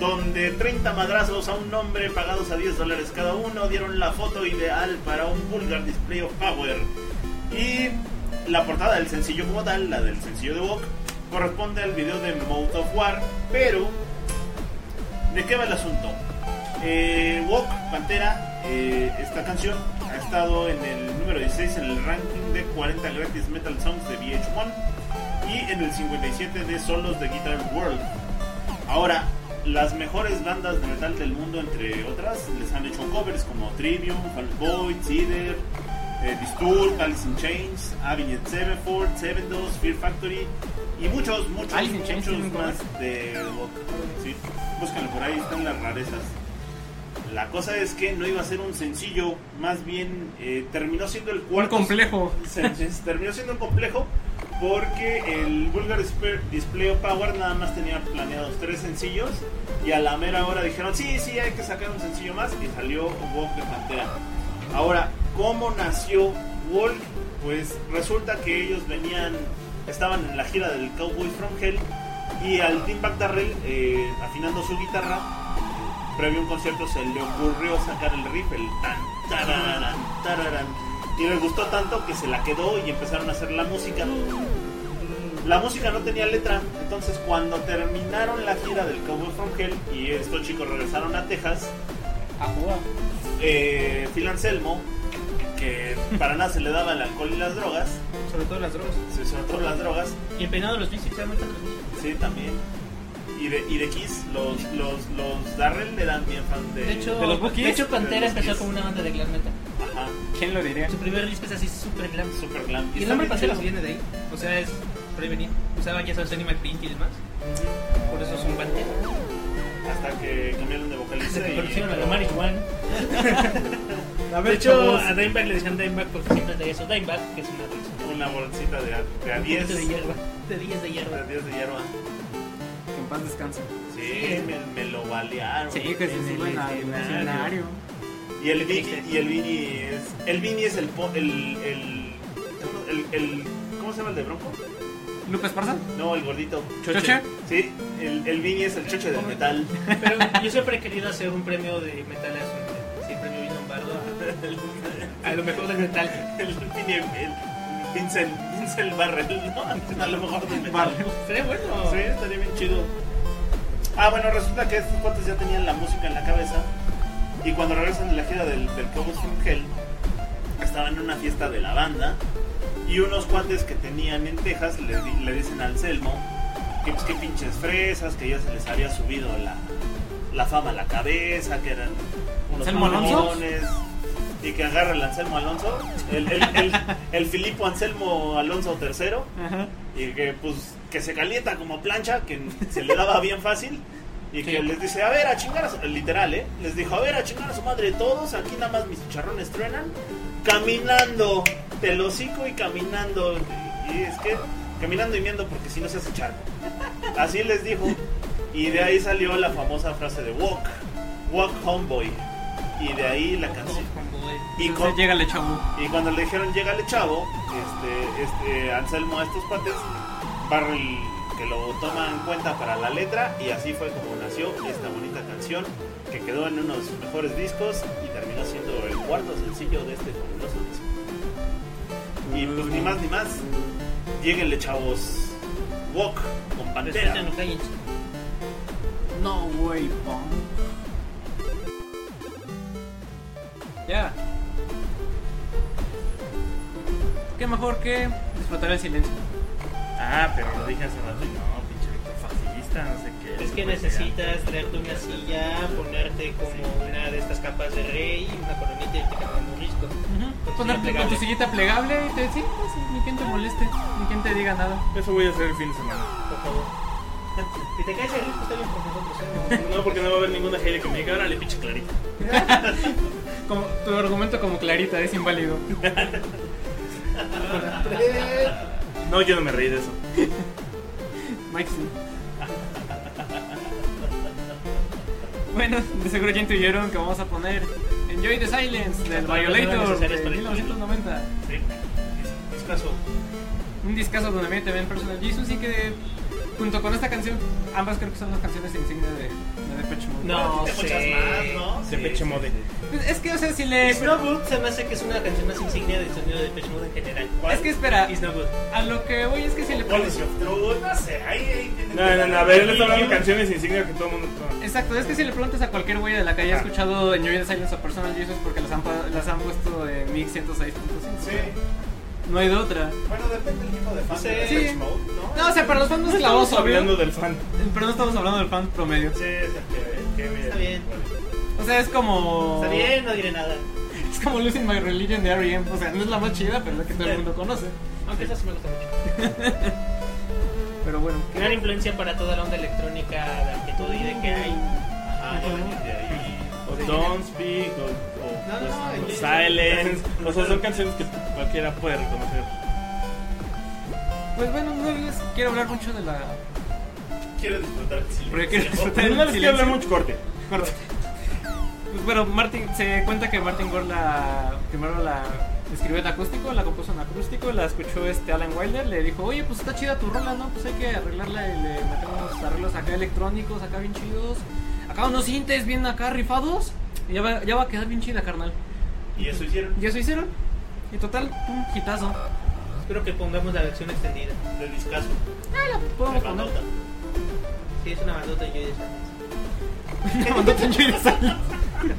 Speaker 2: donde 30 madrazos a un hombre pagados a 10 dólares cada uno dieron la foto ideal para un vulgar display of power. Y la portada del sencillo como tal, la del sencillo de Vogue, corresponde al video de Mouth of War, pero ¿De qué va el asunto? Eh, Walk, Pantera, eh, esta canción ha estado en el número 16 en el ranking de 40 gratis metal songs de VH1 y en el 57 de solos de Guitar World. Ahora, las mejores bandas de metal del mundo, entre otras, les han hecho covers como Trivium, Fall Out Boy, Cider, eh, Disturbed, Alice in Chains, Avenged Sevenfold, Seven Doors, Fear Factory y muchos, muchos,
Speaker 3: Alice in Chains tiene
Speaker 2: muchos
Speaker 3: un
Speaker 2: más
Speaker 3: cover.
Speaker 2: de rock. Sí, búsquenlo por ahí, están las rarezas. La cosa es que no iba a ser un sencillo, más bien eh, terminó siendo el
Speaker 3: Un
Speaker 2: cuarto.
Speaker 3: complejo.
Speaker 2: se- se- terminó siendo un complejo porque el Vulgar Display- Display of Power nada más tenía planeados tres sencillos y a la mera hora dijeron, sí, sí, hay que sacar un sencillo más y salió Walk de Pantera. Ahora, ¿cómo nació Walk? Pues resulta que ellos venían, estaban en la gira del Cowboys from Hell y al Tim Darrell, eh, afinando su guitarra, previo a un concierto se le ocurrió sacar el riff, el tan, tarararán, tararán. Y les gustó tanto que se la quedó y empezaron a hacer la música. La música no tenía letra, entonces cuando terminaron la gira del Cowboy from Hell y estos chicos regresaron a Texas,
Speaker 6: A jugar.
Speaker 2: eh, Phil Anselmo, que para nada se le daba el alcohol y las drogas,
Speaker 4: Sobre todo las drogas.
Speaker 2: se sobre todo las drogas,
Speaker 4: Y empeñado los bicis, se han matado los bicis.
Speaker 2: sí, también. Y de, y de Kiss, los, los, los Darrell eran bien fans de...
Speaker 4: De hecho,
Speaker 3: ¿De los Bookies?
Speaker 4: de hecho
Speaker 2: De
Speaker 4: Pantera
Speaker 2: los
Speaker 4: empezó
Speaker 2: Bookies.
Speaker 4: como una banda de glam metal.
Speaker 2: Ajá,
Speaker 3: ¿Quién lo diría?
Speaker 4: Su primer disco es así super glam.
Speaker 2: super glam.
Speaker 4: Y el
Speaker 2: está
Speaker 4: nombre
Speaker 2: bien
Speaker 4: Pantera
Speaker 2: chido.
Speaker 4: viene de ahí. O sea, es por ahí venía. Usaban ya sabes Animal Print y demás. Por eso es un Pantera.
Speaker 2: Hasta que cambiaron de vocalista.
Speaker 4: Se
Speaker 2: y-
Speaker 4: que conocieron a la marihuana.
Speaker 3: A
Speaker 4: De hecho, a Dimebag le decían Dimebag porque siempre traía eso. Dimebag, que es una bolsita.
Speaker 2: Una bolsita de, a- de a
Speaker 4: Un
Speaker 2: 10.
Speaker 4: poquito de
Speaker 2: De
Speaker 4: hierba. De 10 de hierba.
Speaker 2: a 10 de hierba.
Speaker 3: Que en paz descanse.
Speaker 2: Sí, me, me lo balearon.
Speaker 3: Sí, que
Speaker 4: En
Speaker 3: se
Speaker 4: el
Speaker 3: suben al
Speaker 4: escenario.
Speaker 3: escenario.
Speaker 2: Y el Vini, y el Vini es. El Vini es el po- el, el, el, el- ¿Cómo se llama el de Bronco?
Speaker 3: ¿Lupe Esparza?
Speaker 2: No, el gordito.
Speaker 3: Choche.
Speaker 2: Sí, el, el Vini es el choche del metal.
Speaker 4: Pero yo siempre he querido hacer un premio de metal azul. Siempre me vino Lombardo a, a lo mejor del metal.
Speaker 2: El Vini, el Vincent, Vincent Barrel, ¿no? A lo mejor del metal.
Speaker 4: Sería bueno.
Speaker 2: Sí, estaría bien chido. Ah, bueno, resulta que estos cuates ya tenían la música en la cabeza. Y cuando regresan de la gira del, del Cowboys from Hell, estaban en una fiesta de la banda. Y unos cuates que tenían en Texas le, di- le dicen al Selmo que, pues, que pinches fresas, que ya se les había subido la, la fama a la cabeza, que eran unos
Speaker 3: ¿Anselmo Alonso?
Speaker 2: mamones, Y que agarra el Anselmo Alonso, el, el, el, el Filipo Anselmo Alonso III
Speaker 3: Ajá.
Speaker 2: y que pues que se calienta como plancha, que se le daba bien fácil y que les dice, a ver, a chingar a su... literal, ¿eh? Les dijo, a ver, a chingar a su madre todos, aquí nada más mis chicharrones truenan, caminando, te lo hocico y caminando, y es que caminando y viendo porque si no se hace charco. Así les dijo, y de ahí salió la famosa frase de walk, walk homeboy, y de ahí la canción. Y con-
Speaker 3: Entonces llega el chavo.
Speaker 2: y cuando le dijeron, llegale chavo, este, este, Anselmo a estos pates, Barrel que lo toma en cuenta para la letra y así fue como nació esta bonita canción que quedó en uno de sus mejores discos y terminó siendo el cuarto sencillo de este fabuloso disco. Y pues ni más ni más, lleguenle chavos, Walk con Pantera.
Speaker 4: Respeten, Este no callen.
Speaker 3: No way, punk. Ya. ¿Qué mejor que disfrutar el silencio?
Speaker 5: Ah, pero lo dije hace rato y no, pinche Víctor facilista. necesita no sé qué. Pues
Speaker 4: Es que necesitas traerte una silla, ponerte como una de estas capas de rey, una coronita y irte cargando un risco.
Speaker 3: Ujú. Ponerte con tu
Speaker 4: plegable.
Speaker 3: sillita plegable y te sí, pues, ni quien te moleste, ni quien te diga nada.
Speaker 5: Eso voy a hacer el fin de semana.
Speaker 4: Por favor. Si te caes el risco, está bien por nosotros. ¿eh?
Speaker 5: No, porque no va a haber ninguna Heidi que me diga, órale, pinche clarita.
Speaker 3: Como, tu argumento como clarita es inválido.
Speaker 5: No, yo no me reí de eso.
Speaker 3: Mike sí. Bueno, de seguro ya intuyeron que vamos a poner Enjoy the Silence del
Speaker 4: Las palabras no
Speaker 3: Violator
Speaker 4: necesarias
Speaker 3: de
Speaker 4: para incluirlo.
Speaker 3: 1990.
Speaker 2: Es caso.
Speaker 3: Un discazo donde viene también Personal Jesus y que junto con esta canción, ambas creo que son las canciones insignia de, de Depeche Mode.
Speaker 4: No,
Speaker 2: Tiene muchas
Speaker 4: sí.
Speaker 2: más, ¿no?
Speaker 5: Se peche mode.
Speaker 3: Pues Es que, o sea, si le...
Speaker 4: It's no good se me hace que es una canción más insignia del sonido de Pitch Mode en general.
Speaker 3: Es que espera,
Speaker 4: It's no good.
Speaker 3: a lo que voy es que si le...
Speaker 2: Policy of Truth, no sé, ahí, ahí tiene-
Speaker 5: No, no, no, a ver, él está hablando de canciones insignia que todo el mundo toma.
Speaker 3: Exacto, es que si le preguntas a cualquier güey de la que haya escuchado Enjoy the Silence o Personal Jesus porque las han, pa- las han puesto en 1106.5.
Speaker 2: Sí.
Speaker 3: No hay de otra.
Speaker 2: Bueno, depende del tipo de fan
Speaker 4: Sí.
Speaker 2: de Depeche Mode, ¿no?
Speaker 3: No, o sea, para los fans no es la voz,
Speaker 5: Estamos hablando
Speaker 3: obvio.
Speaker 5: del fan.
Speaker 3: Pero no estamos hablando del fan promedio.
Speaker 2: Sí, es el que, que
Speaker 4: Está bien.
Speaker 3: O sea, es como.
Speaker 4: Está bien, no diré nada.
Speaker 3: Es como Losing My Religion de R.E.M. O sea, no es la más chida, pero es la que todo el mundo conoce.
Speaker 4: Aunque esa sí me gusta mucho.
Speaker 3: Pero bueno.
Speaker 4: Gran influencia para toda la onda electrónica de actitud y de que hay.
Speaker 2: Ajá, ya venía de ahí.
Speaker 5: O Don't Speak, o, o,
Speaker 4: No, no,
Speaker 5: o
Speaker 4: el-
Speaker 5: Silence. O sea, son canciones que cualquiera puede reconocer.
Speaker 3: Pues bueno, no les quiero hablar mucho de la.
Speaker 2: Quiero disfrutar del silencio.
Speaker 3: Porque quiero disfrutar
Speaker 5: Pero
Speaker 3: el
Speaker 5: no les quiero
Speaker 3: silencio.
Speaker 5: hablar mucho corte.
Speaker 3: Corte. Pues bueno, Martin, se cuenta que Martin Gore la, primero la escribió en acústico, la compuso en acústico, la escuchó este Alan Wilder, le dijo, oye, pues está chida tu rola, ¿no? Pues hay que arreglarla y le metemos arreglos acá electrónicos, acá bien chidos, acá unos sintes bien acá rifados, y ya va, ya va a quedar bien chida, carnal.
Speaker 2: Y eso hicieron.
Speaker 3: Y eso hicieron, y total, un hitazo.
Speaker 4: Espero que pongamos la versión extendida.
Speaker 2: De discazo.
Speaker 3: Podemos
Speaker 2: De
Speaker 3: poner
Speaker 2: bandota.
Speaker 4: Sí, es una bandota y yo ya
Speaker 3: una bandota en Joy de Silence.
Speaker 4: sabes.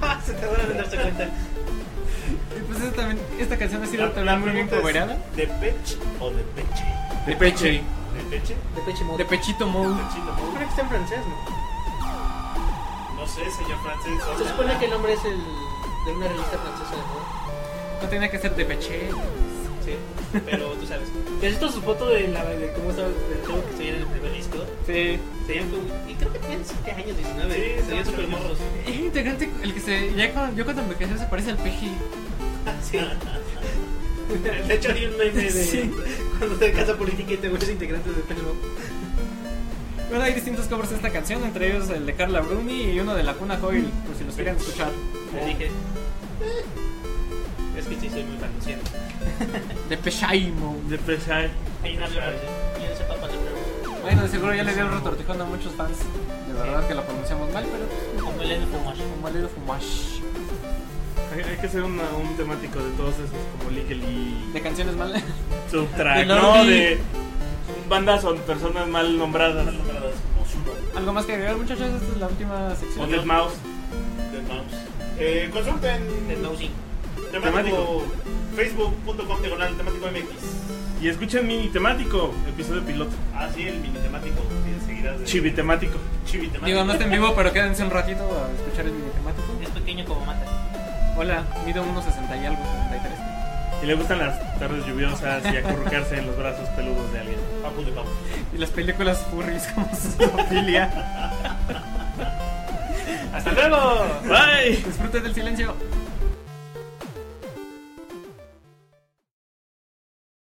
Speaker 4: Ah, Se te van a darse cuenta.
Speaker 3: Y pues esta, también- esta canción ha sido
Speaker 2: La-
Speaker 3: también
Speaker 2: la
Speaker 3: muy bien
Speaker 2: pregunta es,
Speaker 3: coverada.
Speaker 2: ¿Depeche o Depeche?
Speaker 5: De peche.
Speaker 2: ¿Depeche?
Speaker 4: De Pitch Mode.
Speaker 3: De Pechito Mode.
Speaker 2: Depeche,
Speaker 4: Yo
Speaker 2: no.
Speaker 4: creo que está en francés, ¿no?
Speaker 2: No sé, señor francés.
Speaker 4: Se
Speaker 2: hola.
Speaker 4: supone que el nombre es el de una revista francesa de moda.
Speaker 3: No tenía que ser de Peche.
Speaker 4: Sí, pero tú sabes. Necesito su foto de, la, de cómo estaba el show que se veía en el primer disco.
Speaker 3: Sí.
Speaker 4: Se veían como. Y creo que tenían 7 años, 19. se
Speaker 2: Sí,
Speaker 4: veían
Speaker 2: estaban
Speaker 4: súper
Speaker 2: chavos.
Speaker 4: morros.
Speaker 3: Es integrante el que se. Ya cuando, yo cuando envejeció se parece al Peji.
Speaker 4: Ah, Sí. De hecho, hay un meme de
Speaker 3: Sí.
Speaker 4: cuando te casa política y te vuelves integrante de Pitch Mode.
Speaker 3: Bueno, hay distintos covers de esta canción, entre ellos el de Carla Bruni y uno de la Cuna Coil, por si los quieren escuchar.
Speaker 4: Le dije. "Eh". Es que sí, soy muy valenciano.
Speaker 3: De Pechaimo.
Speaker 5: De peche.
Speaker 4: Hay una violación. Y ese papá se pregunta.
Speaker 3: Bueno, de seguro ya le dio el retortijón a muchos fans. De verdad que la pronunciamos mal, pero pues,
Speaker 4: Como el Fumar.
Speaker 3: como alero fumash.
Speaker 5: Hay, hay que hacer una- un temático de todos esos, como Legally.
Speaker 3: De canciones mal.
Speaker 5: Subtrack,
Speaker 3: De
Speaker 5: ¿no?
Speaker 3: Lordi.
Speaker 5: De bandas o personas mal nombradas.
Speaker 2: Nombradas como Zuro,
Speaker 3: Algo más que agregar, muchachos, esta es la última
Speaker 5: O
Speaker 3: sección.
Speaker 5: Dead Mouse.
Speaker 2: Dead Mouse. Eh, consulten
Speaker 4: El Nosing.
Speaker 2: temático facebook.com diagonal temático MX.
Speaker 5: Y escuchen mi temático, episodio piloto.
Speaker 2: Ah, sí, el mini temático. que seguirás de-
Speaker 5: Chibi temático.
Speaker 2: Chibi temático.
Speaker 3: Digo, no está en vivo, pero quédense un ratito a escuchar el mini temático.
Speaker 4: Es pequeño como mata.
Speaker 3: Hola, mido 1.60 y algo, 63.
Speaker 5: Y le gustan las tardes lluviosas y acurrucarse en los brazos peludos de alguien.
Speaker 2: Papu de papu.
Speaker 3: Y las películas furries como zoofilia.
Speaker 5: ¡Hasta luego! ¡Bye!
Speaker 3: Disfruten del silencio.